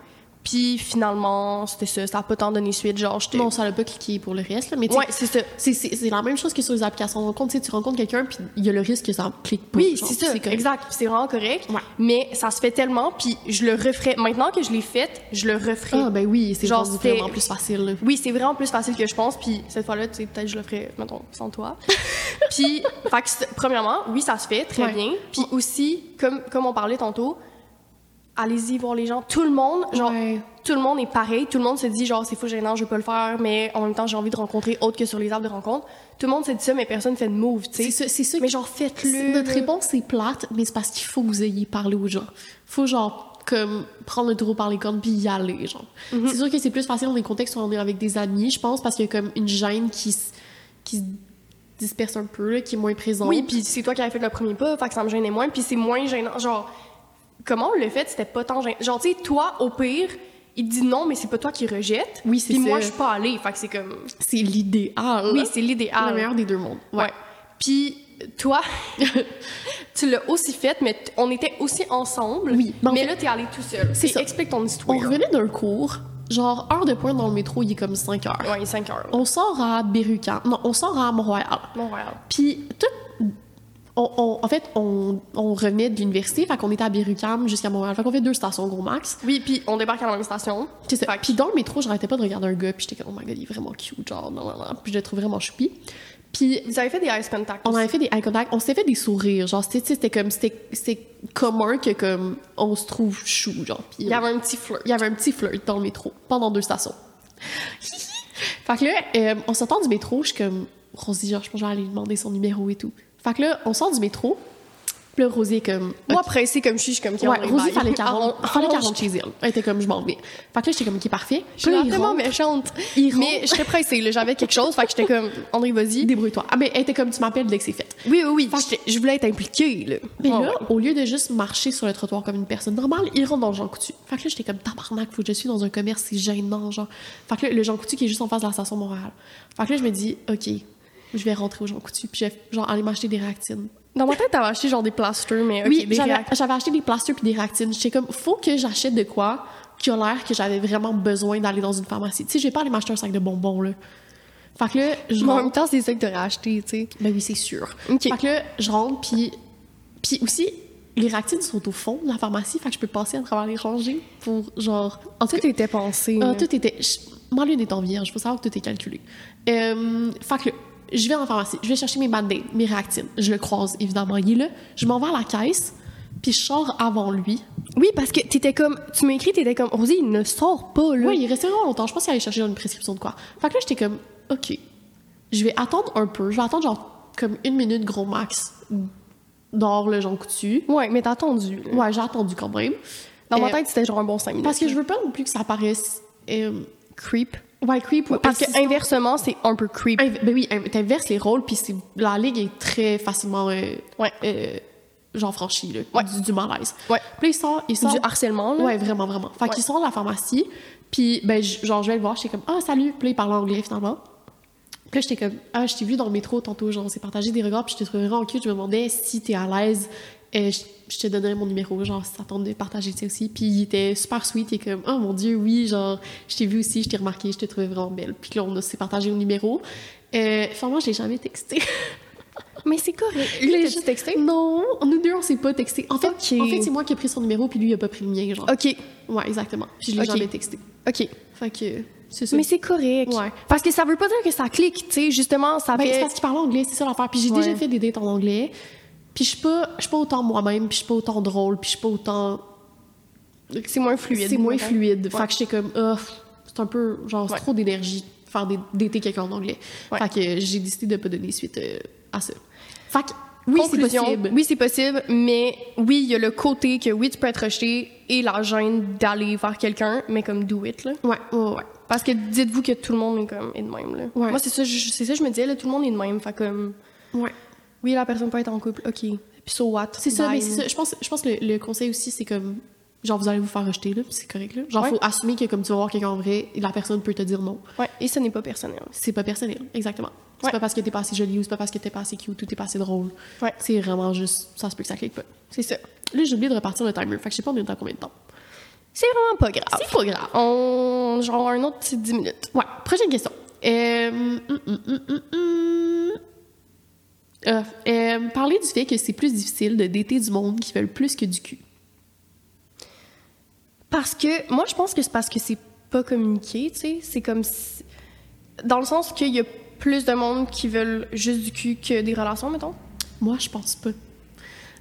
A: Puis finalement, c'était ça. Ça a pas tant donné suite. Genre, j'étais.
B: Non, ça l'a pas cliqué pour le reste, là, mais tu sais,
A: Ouais, c'est ça.
B: c'est- c'est c'est la même chose que sur les applications de rencontre. Tu sais, tu rencontres quelqu'un, puis il y a le risque que ça clique pas.
A: Oui,
B: genre,
A: c'est ça.
B: correct.
A: Exact. Puis C'est vraiment correct.
B: Ouais.
A: Mais ça se fait tellement. Puis je le referais. Maintenant que je l'ai fait, je le referais.
B: Ah, ben oui, c'est
A: Genre,
B: genre
A: c'était-
B: vraiment plus facile. là.
A: Oui, c'est vraiment plus facile que je pense. Puis cette fois-là, tu sais, peut-être je le ferais, mettons, sans toi. puis, fait que, c'est- premièrement, oui, ça se fait très
B: Ouais. Mm.
A: bien. Puis aussi, comme, comme on parlait tantôt, allez-y voir les gens. Tout le monde, genre,
B: Ouais.
A: tout le monde est pareil. Tout le monde se dit, genre, c'est fou, gênant, je veux pas le faire, mais en même temps, j'ai envie de rencontrer autre que sur les arbres de rencontre. Tout le monde se dit ça, mais personne fait de move, tu sais.
B: C'est ça, c'est ça.
A: Mais genre, faites-le.
B: C'est- Notre réponse c'est plate, mais c'est parce qu'il faut que vous ayez parlé aux gens. Faut genre comme prendre le taureau par les cornes puis y aller genre.
A: Mhm.
B: C'est sûr que c'est plus facile dans des contextes où on est avec des amis, je pense, parce qu'il y a comme une gêne qui se- qui se disperse un peu, là, qui est moins présente.
A: Oui, puis c'est toi qui avais fait le premier pas, fait que ça me gênait moins, puis c'est moins gênant. Genre, comment on le fait, c'était pas tant gênant. Genre, tu sais, toi, au pire, il te dit non, mais c'est pas toi qui rejette.
B: Oui, c'est
A: Puis moi, je
B: ça.
A: suis pas allée, fait que c'est comme...
B: c'est l'idéal.
A: Oui, c'est l'idéal.
B: le meilleur des deux mondes.
A: Ouais. Puis toi, tu l'as aussi fait, mais t- on était aussi ensemble.
B: Oui, ben, en
A: mais
B: fait-
A: là, t'es allée tout seul.
B: C'est
A: Puis
B: ça.
A: Explique ton histoire.
B: On revenait d'un cours, genre heure de pointe dans le métro, il est comme 5 heures.
A: Ouais, 5 heures.
B: On sort à Berrucan. Non, on sort à Montréal.
A: Montréal.
B: Puis tout. on- on- en fait, on, on revenait de l'université, fait qu'on était à Birucam jusqu'à Montréal. Fait qu'on fait deux stations, gros max.
A: Oui, puis on débarque à la même station.
B: C'est ça.
A: Fait que-
B: Puis dans le métro, j'arrêtais pas de regarder un gars, puis j'étais comme, oh my god, il est vraiment cute, genre, non, non, non. Puis je le trouve vraiment choupi. Puis
A: Vous avez fait des ice contact
B: on
A: aussi.
B: avait fait des eye contact, on s'était fait des sourires, genre, c'était tu sais, c'était comme, c'était c'était commun que comme, on se trouve chou, genre. Puis
A: Il y avait un petit flirt.
B: il y avait un petit flirt dans le métro pendant deux stations. fait que là, euh, on s'entend du métro, je suis comme, Rosie, genre, je pense que je vais aller lui demander son numéro et tout. Fait que là, on sort du métro, puis là, Rosie est comme,
A: Moi, pressée comme je suis, je suis comme...
B: Ok,
A: qui
B: ouais, Rosie, fallait
A: les
B: 40, fallait 40 chez elle. Elle était comme, je m'en vais. Fait que là, j'étais comme, qui parfait.
A: Je suis
B: Puis là,
A: vraiment
B: il
A: tellement méchante.
B: rentre. Il
A: mais je serais pressée. là, J'avais quelque chose. Fait que j'étais comme, André, vas-y.
B: Débrouille-toi. Ah, mais elle était comme, tu m'appelles dès que c'est fait.
A: Oui, oui, oui. j'étais- Je voulais être impliquée. Là.
B: Puis
A: Ah Ouais,
B: là,
A: ouais.
B: au lieu de juste marcher sur le trottoir comme une personne normale, il rentre dans le Jean Coutu. Fait que là, j'étais comme tabarnak, faut que je suis dans un commerce, c'est gênant, genre. Fait que là, le Jean Coutu qui est juste en face de la station Montréal. Fait que là, je me dis, OK, je vais rentrer au Jean Coutu, puis je vais, genre, aller m'acheter des réactines.
A: Dans ma tête, t'avais acheté genre des plasters, mais ok,
B: oui,
A: des
B: j'avais
A: réac-
B: j'avais acheté des plasters puis des réactines. J'étais comme, faut que j'achète de quoi qui a l'air que j'avais vraiment besoin d'aller dans une pharmacie. Tu sais, je vais pas aller m'acheter un sac de bonbons, là. Fait que là, je
A: Mais en
B: rentre-
A: même temps, c'est ça que t'aurais acheté, tu sais.
B: Ben oui, c'est sûr.
A: Ok.
B: Fait que là, je rentre, puis... Puis aussi, les réactines sont au fond de la pharmacie, fait que je peux passer à travers les rangées pour, genre... En tout cas,
A: était pensé.
B: euh, tout était... je- Ma lune est en vierge, faut savoir que tout est calculé. Euh, fait que là, je vais en pharmacie, je vais chercher mes band mes réactines. Je le croise, évidemment, il est là. Je m'en vais à la caisse, puis je sors avant lui.
A: Oui, parce que t'étais comme. Tu m'as écrit, t'étais comme. Rosie, il ne sort pas, là.
B: Ouais, il restait vraiment longtemps. Je pense qu'il allait chercher genre, une prescription de quoi. Fait que là, j'étais comme, OK, je vais attendre un peu. Je vais attendre genre comme une minute gros max dans le Jean Coutu.
A: Ouais, mais t'as attendu. là.
B: Ouais, j'ai attendu quand même.
A: Dans ma
B: Euh,
A: tête, c'était genre un bon 5 minutes.
B: Parce que je veux pas non plus que ça paraisse euh,
A: Creep.
B: ouais, creep ou
A: Parce que
B: insistant.
A: inversement, c'est un peu creep.
B: Inv- ben oui, inv- t'inverses les rôles, puis c'est- la ligue est très facilement euh,
A: Ouais.
B: euh, genre franchie, là,
A: Ouais.
B: du, du malaise.
A: Ouais.
B: Puis là, il sort, il sort
A: Du harcèlement, là.
B: Ouais, vraiment, vraiment. Fait
A: Ouais.
B: qu'il sort de la pharmacie, puis ben, j- genre, je vais le voir, j'étais comme, ah, salut, puis là, il parle anglais finalement. Puis là, j'étais comme, ah, je t'ai vu dans le métro tantôt, genre, on s'est partagé des regards, puis je te trouvais vraiment cute, je me demandais si t'es à l'aise. euh, je, je te donnerais mon numéro, genre, si ça te tente de partager ça aussi. Puis il était super sweet, il est comme, oh mon dieu, oui, genre, je t'ai vu aussi, je t'ai remarqué, je te trouvais vraiment belle. Puis là, on s'est partagé mon numéro. Euh, finalement, je l'ai jamais texté.
A: Mais c'est correct.
B: Les
A: Lui,
B: gens-
A: t'as-tu texté?
B: Non, nous deux, on s'est pas texté. En fait,
A: Ok.
B: en fait c'est moi qui ai pris son numéro, puis lui, il a pas pris le mien, genre.
A: Ok,
B: Ouais, exactement. Puis je l'ai
A: Ok.
B: jamais texté.
A: ok.
B: Fait que, c'est ça.
A: Mais c'est correct.
B: Ouais.
A: Parce que ça veut pas dire que ça clique, tu sais. Justement, ça
B: Ben,
A: fait.
B: c'est parce qu'il parle anglais, c'est ça l'affaire. Puis j'ai
A: Ouais.
B: déjà fait des dates en anglais. Puis je suis pas, je suis pas autant moi-même, puis je suis pas autant drôle, puis je suis pas autant.
A: C'est moins fluide.
B: C'est moins
A: mettons.
B: fluide.
A: Ouais.
B: Fait que j'étais comme, Ah, c'est un peu, genre, c'est
A: Ouais.
B: trop d'énergie de faire des- d'été quelqu'un en anglais.
A: Ouais.
B: Fait que j'ai décidé de pas donner suite euh, à ça. Fait que, oui,
A: Oui,
B: c'est possible.
A: Oui, c'est possible, mais oui, il y a le côté que oui, tu peux être rejeté et la gêne d'aller vers quelqu'un, mais comme do it, là.
B: Ouais, ouais, ouais.
A: Parce que dites-vous que tout le monde est comme est de même, là.
B: Ouais.
A: Moi, c'est ça, je- c'est ça, je me disais, là, tout le monde est de même. Fait comme,
B: ouais.
A: oui, la personne peut être en couple, ok. Puis so what?
B: C'est ça,
A: Bye.
B: mais c'est ça. Je pense, je pense que le, le conseil aussi, c'est comme. Genre, vous allez vous faire rejeter, là, puis c'est correct, là. Genre,
A: Ouais.
B: faut assumer que comme tu vas voir quelqu'un en vrai, la personne peut te dire non.
A: Ouais, et ce n'est pas personnel.
B: C'est pas personnel, exactement. C'est
A: Ouais.
B: pas parce que t'es pas assez jolie ou c'est pas parce que t'es pas assez cute ou t'es pas assez drôle.
A: Ouais.
B: C'est vraiment juste, ça se peut que ça clique pas.
A: C'est ça.
B: Là, j'ai oublié de repartir le timer, fait que je sais pas on est dans combien de temps.
A: C'est vraiment pas grave.
B: C'est pas grave.
A: On. Genre, un autre petit 10 minutes.
B: Ouais, prochaine question. Euh, hum, hum, hum, hum, hum. Euh, euh, parler du fait que c'est plus difficile de dater du monde qui veulent plus que du cul.
A: Parce que moi, je pense que c'est parce que c'est pas communiqué, tu sais. C'est comme si- dans le sens qu'il y a plus de monde qui veulent juste du cul que des relations, mettons.
B: Moi, je pense pas.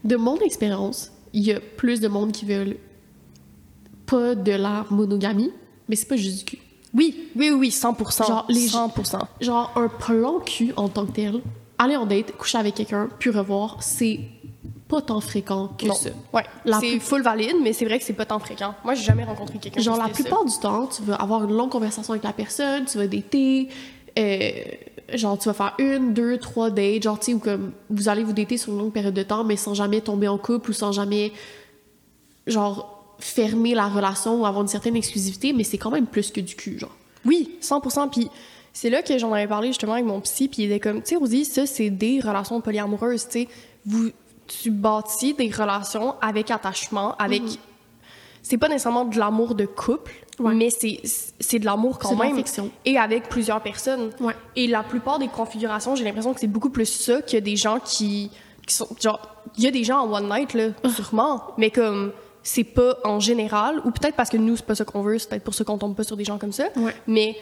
B: De mon expérience, il y a plus de monde qui veulent pas de la monogamie, mais c'est pas juste du cul.
A: Oui, oui, oui, 100%.
B: Genre, les-
A: 100%.
B: Genre, un plan cul en tant que tel, aller en date, coucher avec quelqu'un, puis revoir, c'est pas tant fréquent que
A: Non.
B: ça.
A: Ouais.
B: La
A: c'est
B: plus-
A: full valide, mais c'est vrai que c'est pas tant fréquent. Moi, j'ai jamais rencontré quelqu'un.
B: Genre,
A: qui
B: la
A: faisait ça.
B: plupart du temps, tu vas avoir une longue conversation avec la personne, tu vas dater, euh, genre, tu vas faire une, deux, trois dates, genre, tu sais, ou comme, vous allez vous dater sur une longue période de temps, mais sans jamais tomber en couple ou sans jamais, genre, fermer la relation ou avoir une certaine exclusivité, mais c'est quand même plus que du cul, genre.
A: Oui, 100%. Puis c'est là que j'en avais parlé justement avec mon psy, puis il était comme, tu sais, Rosie, ça, c'est des relations polyamoureuses, tu sais. Vous, tu bâtis des relations avec attachement, avec... C'est pas nécessairement de l'amour de couple,
B: Mm-hmm. Ouais.
A: mais c'est c'est de l'amour
B: C'est
A: quand
B: de la
A: même.
B: affection.
A: Et avec plusieurs personnes.
B: Ouais.
A: Et la plupart des configurations, j'ai l'impression que c'est beaucoup plus ça que des gens qui, qui sont. Genre, il y a des gens en one night, là, sûrement, mais comme c'est pas en général, ou peut-être parce que nous, c'est pas ça qu'on veut, c'est peut-être pour ça qu'on tombe pas sur des gens comme ça.
B: Ouais.
A: Mais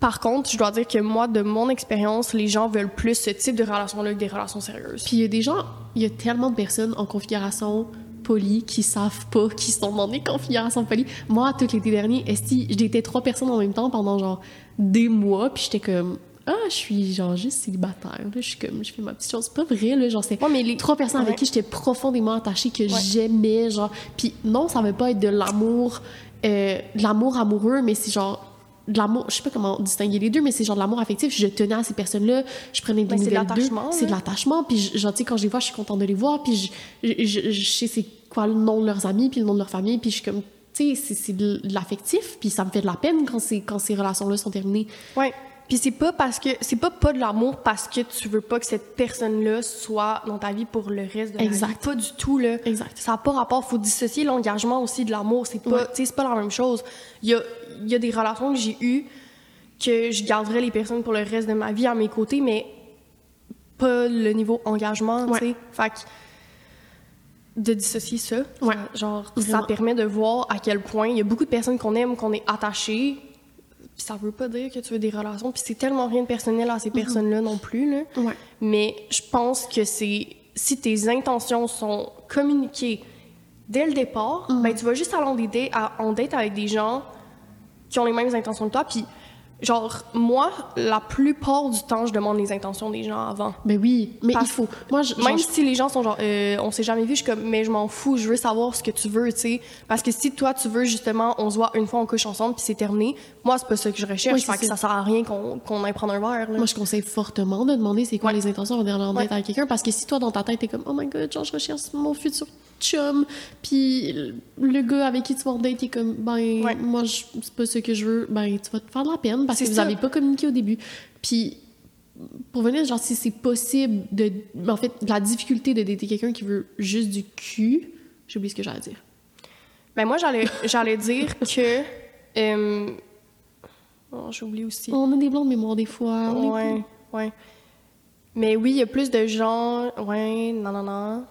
A: par contre, je dois dire que moi, de mon expérience, les gens veulent plus ce type de relation-là que des relations sérieuses.
B: Puis il y a des gens, il y a tellement de personnes en configuration polie qui savent pas qui sont dans des configurations polies. Moi, tout l'été dernier, esti, j'étais trois personnes en même temps pendant genre des mois, puis j'étais comme ah, je suis genre juste célibataire. Là. Je suis comme, je fais ma petite chose. C'est pas vrai, là. Genre, c'est
A: Ouais, mais les-
B: trois personnes avec
A: Ouais.
B: qui j'étais profondément attachée, que j'aimais, genre. Puis non, ça veut pas être de l'amour, euh, de l'amour amoureux, mais c'est genre de l'amour, je sais pas comment distinguer les deux, mais c'est genre de l'amour affectif. Je tenais à ces personnes-là, je prenais des
A: Ben, c'est de
B: nouvelles d'eux.
A: l'attachement,
B: C'est de
A: là.
B: l'attachement. Puis, je- genre, tu sais, quand je les vois, je suis contente de les voir. Puis, je, je- je- je sais c'est quoi le nom de leurs amis, puis le nom de leur famille. Puis, je suis comme, tu sais, c'est- c'est de l'affectif. Puis, ça me fait de la peine quand, ces- quand ces relations-là sont terminées.
A: Ouais. Puis c'est pas parce que c'est pas pas de l'amour parce que tu veux pas que cette personne-là soit dans ta vie pour le reste de la
B: Exact.
A: vie. Pas du tout là.
B: Exact.
A: Ça n'a pas rapport. Faut dissocier l'engagement aussi de l'amour. C'est pas,
B: Ouais.
A: tu sais, c'est pas la même chose. Il y a, il y a des relations que j'ai eues que je garderai les personnes pour le reste de ma vie à mes côtés, mais pas le niveau engagement.
B: Ouais.
A: Tu sais, fait que de dissocier ça,
B: Ouais.
A: ça- genre ça
B: Vraiment.
A: permet de voir à quel point il y a beaucoup de personnes qu'on aime, qu'on est attaché, puis ça veut pas dire que tu veux des relations, puis c'est tellement rien de personnel à ces personnes-là non plus, là.
B: Ouais.
A: Mais je pense que c'est... Si tes intentions sont communiquées dès le départ, ben tu vas juste aller en date, à- en date avec des gens qui ont les mêmes intentions que toi, puis genre, moi, la plupart du temps, je demande les intentions des gens avant.
B: Mais Ben oui, mais
A: Parce-
B: il faut. Moi, je.
A: Même
B: genre, je-
A: si les gens sont genre, Euh, on s'est jamais vu, je suis comme, mais je m'en fous, je veux savoir ce que tu veux, tu sais. Parce que si toi, tu veux justement, on se voit une fois, on couche ensemble, puis c'est terminé, moi, c'est pas ça que je recherche.
B: Oui, c'est
A: fait que
B: ça.
A: ça sert à rien qu'on qu'on aille prendre un verre. là.
B: moi, je conseille fortement de demander c'est quoi
A: Ouais.
B: les intentions avant d'aller en date
A: Ouais.
B: avec quelqu'un parce que si toi, dans ta tête, t'es comme Oh my god, genre, je recherche mon futur chum, puis le- le gars avec qui tu vas en date, t'es comme Ben,
A: Ouais.
B: moi, je- c'est pas ce que je veux, ben, tu vas te faire de la peine parce que
A: C'est
B: vous
A: ça.
B: avez pas communiqué au début. Puis, pour venir, genre, si c'est possible de. mais En fait, la difficulté de dater quelqu'un qui veut juste du cul, j'ai oublié ce que j'allais dire.
A: Ben, moi, j'allais j'allais dire que. euh, oh, J'oublie aussi.
B: On a des blancs de mémoire des fois. on est-
A: Ouais, ouais. Mais oui, il y a plus de gens. Ouais, non, non, non.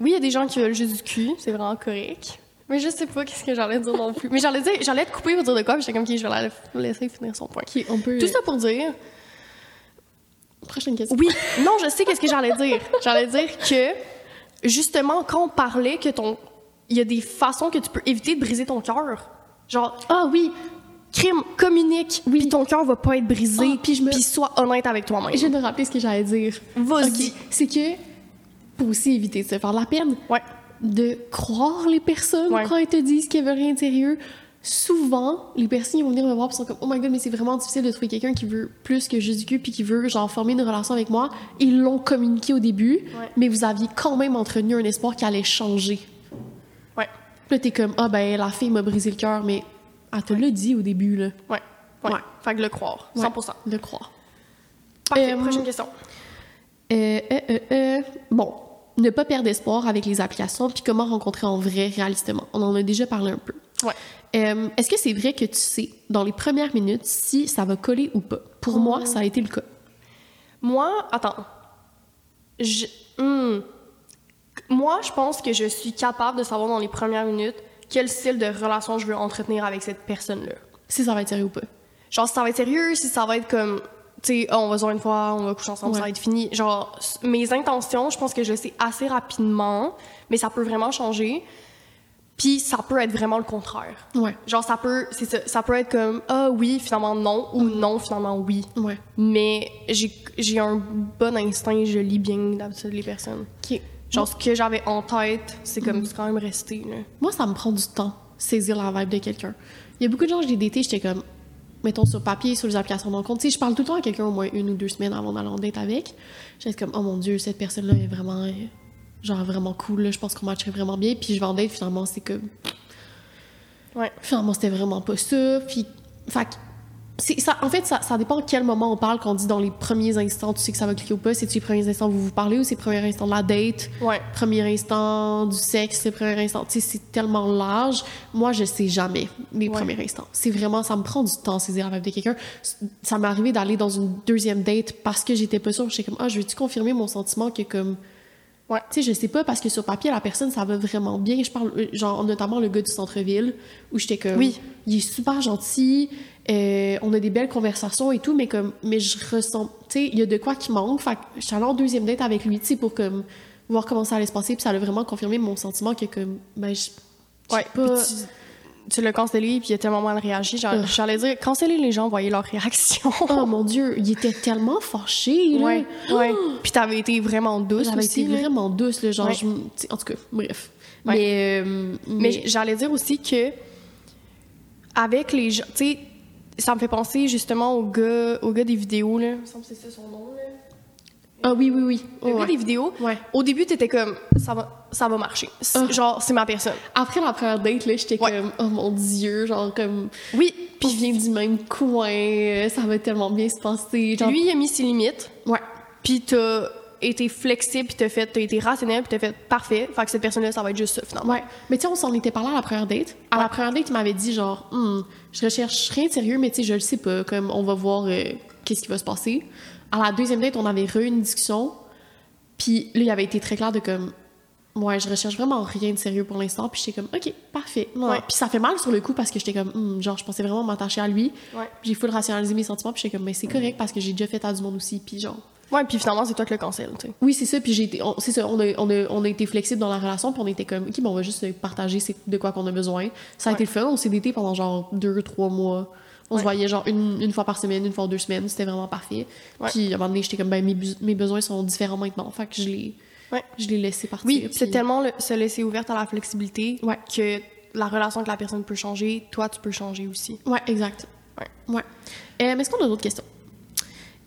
A: Oui, il y a des gens qui veulent juste du cul, c'est vraiment correct. Mais je sais pas qu'est-ce que j'allais dire non plus. Mais j'allais dire, j'allais te couper pour dire de quoi, puis j'étais comme, ok, je vais la laisser finir son point.
B: Qui- on peut.
A: Tout ça pour dire
B: Prochaine question.
A: Oui, non, je sais qu'est-ce que j'allais dire. J'allais dire que justement quand on parlait que ton il y a des façons que tu peux éviter de briser ton cœur. Genre
B: Ah oui,
A: crime communique, oui. puis ton cœur va pas être brisé,
B: Ah, puis je me-
A: puis sois honnête avec toi-même.
B: je viens de me rappeler ce que j'allais dire.
A: Vas-y.
B: Ok, C'est que, pour aussi éviter de se faire de la peine,
A: Ouais.
B: de croire les personnes
A: Ouais.
B: quand elles te disent qu'elles veulent rien de sérieux. Souvent, les personnes ils vont venir me voir et sont comme Oh my god, mais c'est vraiment difficile de trouver quelqu'un qui veut plus que juste du cul puis qui veut genre former une relation avec moi. Ils l'ont communiqué au début,
A: Ouais.
B: mais vous aviez quand même entretenu un espoir qui allait changer.
A: Ouais.
B: Puis Là, t'es comme Ah ben, la fille m'a brisé le cœur, mais elle te l'a dit au début, là.
A: Ouais. Ouais.
B: Ouais.
A: Fait que le croire,
B: Ouais,
A: 100%.
B: De croire.
A: Parfait,
B: Euh,
A: prochaine question.
B: Euh, euh, euh, euh, Bon, ne pas perdre espoir avec les applications, puis comment rencontrer en vrai réalistement. On en a déjà parlé un peu.
A: Ouais.
B: Euh, Est-ce que c'est vrai que tu sais, dans les premières minutes, si ça va coller ou pas? Pour moi, ça a été le cas.
A: Moi, attends. Je, hmm. Moi, je pense que je suis capable de savoir dans les premières minutes quel style de relation je veux entretenir avec cette personne-là.
B: Si ça va être sérieux ou pas.
A: Genre, si ça va être sérieux, si ça va être comme, tu sais, Ah, on va se voir une fois, on va coucher ensemble, ça
B: Ouais.
A: va être fini. Genre, s- mes intentions, je pense que je le sais assez rapidement, mais ça peut vraiment changer. Puis ça peut être vraiment le contraire.
B: Ouais,
A: Genre, ça peut, c'est ça, ça peut être comme, ah oui, finalement non, ou
B: Mhm.
A: non, finalement oui.
B: ouais.
A: Mais j'ai j'ai un bon instinct, je lis bien d'habitude les personnes.
B: OK.
A: Genre, ce que j'avais en tête, c'est comme,
B: Mhm.
A: c'est quand même resté, là.
B: Moi, ça me prend du temps, saisir la vibe de quelqu'un. Il y a beaucoup de gens que j'ai daté, j'étais comme, mettons sur papier, sur les applications de rencontre. Tu sais, je parle tout le temps à quelqu'un au moins une ou deux semaines avant d'aller en date avec. J'étais comme, oh mon Dieu, cette personne-là est vraiment, euh, genre, vraiment cool. là. Je pense qu'on matcherait vraiment bien. Puis je vais en date, finalement, c'est comme,
A: Ouais.
B: finalement, c'était vraiment pas ça. Puis, fait que c'est- ça, en fait, ça, ça dépend à quel moment on parle, quand on dit dans les premiers instants, tu sais que ça va cliquer ou pas. C'est-tu les premiers instants où vous vous parlez ou c'est les premiers instants de la date?
A: Ouais.
B: premier instant du sexe, le premier instant. Tu sais, c'est tellement large. Moi, je sais jamais les
A: Ouais.
B: premiers instants. C'est vraiment, ça me prend du temps, saisir la vibe de quelqu'un. Ça m'est arrivé d'aller dans une deuxième date parce que j'étais pas sûre. J'étais comme, ah, je veux-tu confirmer mon sentiment que comme.
A: Ouais.
B: Tu sais, je sais pas parce que sur papier, la personne, ça va vraiment bien. Je parle, euh, genre, notamment le gars du centre-ville où j'étais comme.
A: Oui.
B: Il est super gentil. euh, on a des belles conversations et tout, mais comme, mais je ressens, tu sais, il y a de quoi qui manque. Fait que je suis allée en deuxième date avec lui, tu sais, pour comme voir comment ça allait se passer. Puis ça a vraiment confirmé mon sentiment que comme, ben, je. je
A: Ouais,
B: sais
A: puis
B: pas-
A: tu, tu l'as cancellé, puis il y a tellement mal réagi. genre,
B: Ugh.
A: J'allais dire, canceller les gens, voyez leur réaction.
B: Oh mon dieu, il était tellement fâché, là.
A: ouais, ouais. Puis t'avais été vraiment douce
B: J'avais été
A: aussi. là.
B: vraiment douce, là, genre,
A: Ouais.
B: je me- tu sais, en tout cas, bref.
A: Ouais.
B: Mais, euh,
A: Mais j- j'allais dire aussi que, avec les gens, tu sais, ça me fait penser justement au gars, au gars des vidéos, là. Il me semble que c'est ça son nom, là.
B: Ah oui, oui, oui.
A: Le gars
B: Ouais.
A: des vidéos.
B: Ouais.
A: Au début, t'étais comme, ça va, ça va marcher. C'est-
B: Ah.
A: Genre, c'est ma personne.
B: Après la première date, là, j'étais
A: Ouais.
B: comme, oh mon dieu, genre, comme,
A: Oui.
B: puis je viens du même coin, euh, ça va tellement bien se passer. Genre,
A: Lui, il a mis ses limites,
B: ouais.
A: puis t'as été flexible, puis t'as fait, t'as été rationnel, puis t'as fait parfait. Fait que cette personne-là, ça va être juste ça, finalement.
B: Ouais. Mais tu sais, on s'en était parlé à la première date. À la
A: Ouais.
B: première date, il m'avait dit, genre, Hmm, je recherche rien de sérieux, mais tu sais, je le sais pas, comme, on va voir euh, qu'est-ce qui va se passer. À la deuxième date, on avait re une discussion, puis là, il avait été très clair de comme, ouais, je recherche vraiment rien de sérieux pour l'instant, puis j'étais comme, ok, parfait. Ouais.
A: Ouais.
B: Puis ça fait mal sur le coup parce que j'étais comme, Hmm, genre, je pensais vraiment m'attacher à lui.
A: Ouais.
B: J'ai full rationalisé mes sentiments, puis j'étais comme, mais c'est correct parce que j'ai déjà fait à du monde aussi, puis genre.
A: Ouais, puis finalement, c'est toi qui le cancel, tu sais.
B: Oui, c'est ça. Puis j'ai été, on- c'est ça. On a, on, a, on a été flexible dans la relation. Puis on était comme, OK, bon, on va juste partager c'est de quoi qu'on a besoin. Ça a été le fun. On s'est daté pendant genre deux, trois mois. On se
A: Ouais.
B: voyait genre une, une fois par semaine, une fois en deux semaines. C'était vraiment parfait.
A: Ouais.
B: Puis à un moment donné, j'étais comme, ben, mes, bus- mes besoins sont différents maintenant. Fait que je l'ai,
A: Ouais.
B: je l'ai laissé partir.
A: Oui, c'est
B: puis-
A: tellement le- se laisser ouverte à la flexibilité
B: Ouais.
A: que la relation que la personne peut changer, toi, tu peux changer aussi.
B: Ouais, exact.
A: Ouais.
B: Ouais. Euh, est-ce qu'on a d'autres questions?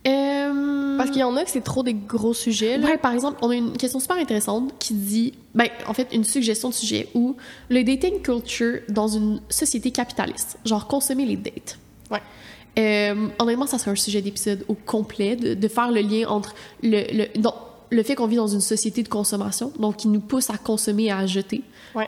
B: Euh,
A: Parce qu'il y en a que c'est trop des gros sujets, là.
B: Ouais, par exemple, on a une question super intéressante qui dit, ben, en fait, une suggestion de sujet où le dating culture dans une société capitaliste, genre consommer les dates.
A: Ouais.
B: Euh, honnêtement, ça serait un sujet d'épisode au complet, de, de faire le lien entre le, le, non, le fait qu'on vit dans une société de consommation, donc qui nous pousse à consommer et à jeter,
A: Ouais.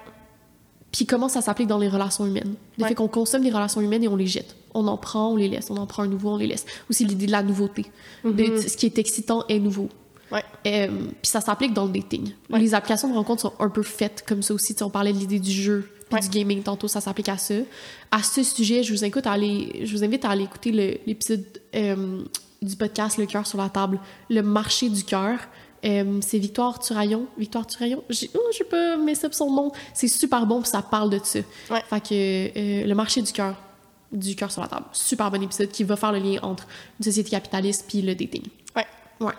B: puis comment ça s'applique dans les relations humaines. Le
A: Ouais.
B: fait qu'on consomme des relations humaines et on les jette. On en prend, on les laisse. On en prend un nouveau, on les laisse. Aussi l'idée de la nouveauté. de, ce qui est excitant est nouveau.
A: Ouais.
B: Euh, puis ça s'applique dans le dating.
A: Ouais.
B: Les applications de rencontre sont un peu faites comme ça aussi. Tu sais, on parlait de l'idée du jeu, puis
A: Ouais.
B: du gaming tantôt, ça s'applique à ça. À ce sujet, je vous, invite à aller, je vous invite à aller écouter le- l'épisode euh, du podcast Le cœur sur la table, le marché du cœur. Euh, c'est Victoire Turaillon. Victoire Turaillon, j'ai- oh, je peux mess up son nom. C'est super bon, puis ça parle de ça.
A: Ouais.
B: Fait que euh, le marché du cœur, du cœur sur la table. Super bon épisode qui va faire le lien entre une société capitaliste puis le dating.
A: Ouais. Mm.
B: Ouais.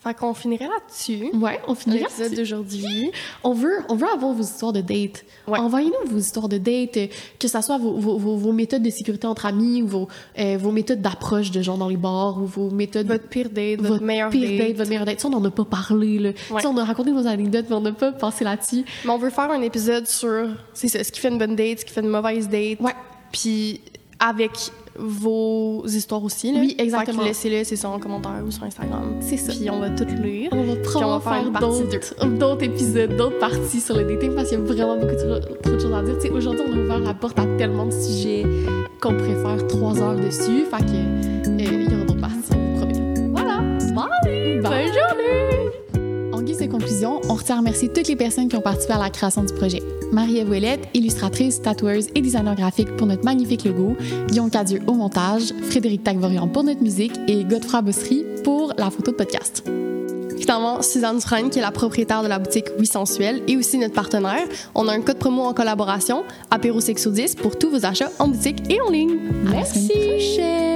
A: Fait qu'on finirait là-dessus.
B: Ouais, on finit là.
A: L'épisode d'aujourd'hui.
B: On veut, on veut avoir vos histoires de date.
A: Ouais.
B: Envoyez-nous vos histoires de date, euh, que ça soit vos, vos- vos- vos méthodes de sécurité entre amis ou vos, euh, vos méthodes d'approche de gens dans les bars ou vos méthodes...
A: Votre pire date, votre,
B: votre
A: meilleur
B: pire
A: date.
B: date, votre meilleure date. Ça, on n'en a pas parlé. Là.
A: Ouais.
B: Ça, on a raconté nos anecdotes, mais on n'a pas passé là-dessus.
A: Mais on veut faire un épisode sur c'est ça, ce qui fait une bonne date, ce qui fait une mauvaise date.
B: Ouais.
A: Puis avec vos histoires aussi. Là.
B: Oui, exactement.
A: Fait que laissez-le, c'est ça, en commentaire ou sur Instagram.
B: C'est ça.
A: Puis on va tout lire.
B: On va probablement
A: faire une
B: faire
A: partie
B: d'autres d'autres épisodes, d'autres parties sur le dating parce qu'il y a vraiment beaucoup de, trop de choses à dire. Tu sais, Aujourd'hui, on a ouvert la porte à tellement de sujets qu'on pourrait faire trois heures dessus. Fait que, euh, il y aura d'autres parties, on vous promet.
A: Voilà.
B: Bye!
A: Bonne journée!
C: En guise de conclusion, on retient à remercier toutes les personnes qui ont participé à la création du projet. Marie-Ève Ouellette, illustratrice, tatoueuse et designer graphique pour notre magnifique logo, Guillaume Cadieux au montage, Frédéric Tagvorian pour notre musique et Godefroy Bossery pour la photo de podcast.
A: Finalement, Suzanne Dufresne, qui est la propriétaire de la boutique Oui Sensuelle et aussi notre partenaire. On a un code promo en collaboration, Apéro Sexo 10, pour tous vos achats en boutique et en ligne.
C: À la semaine
A: Merci!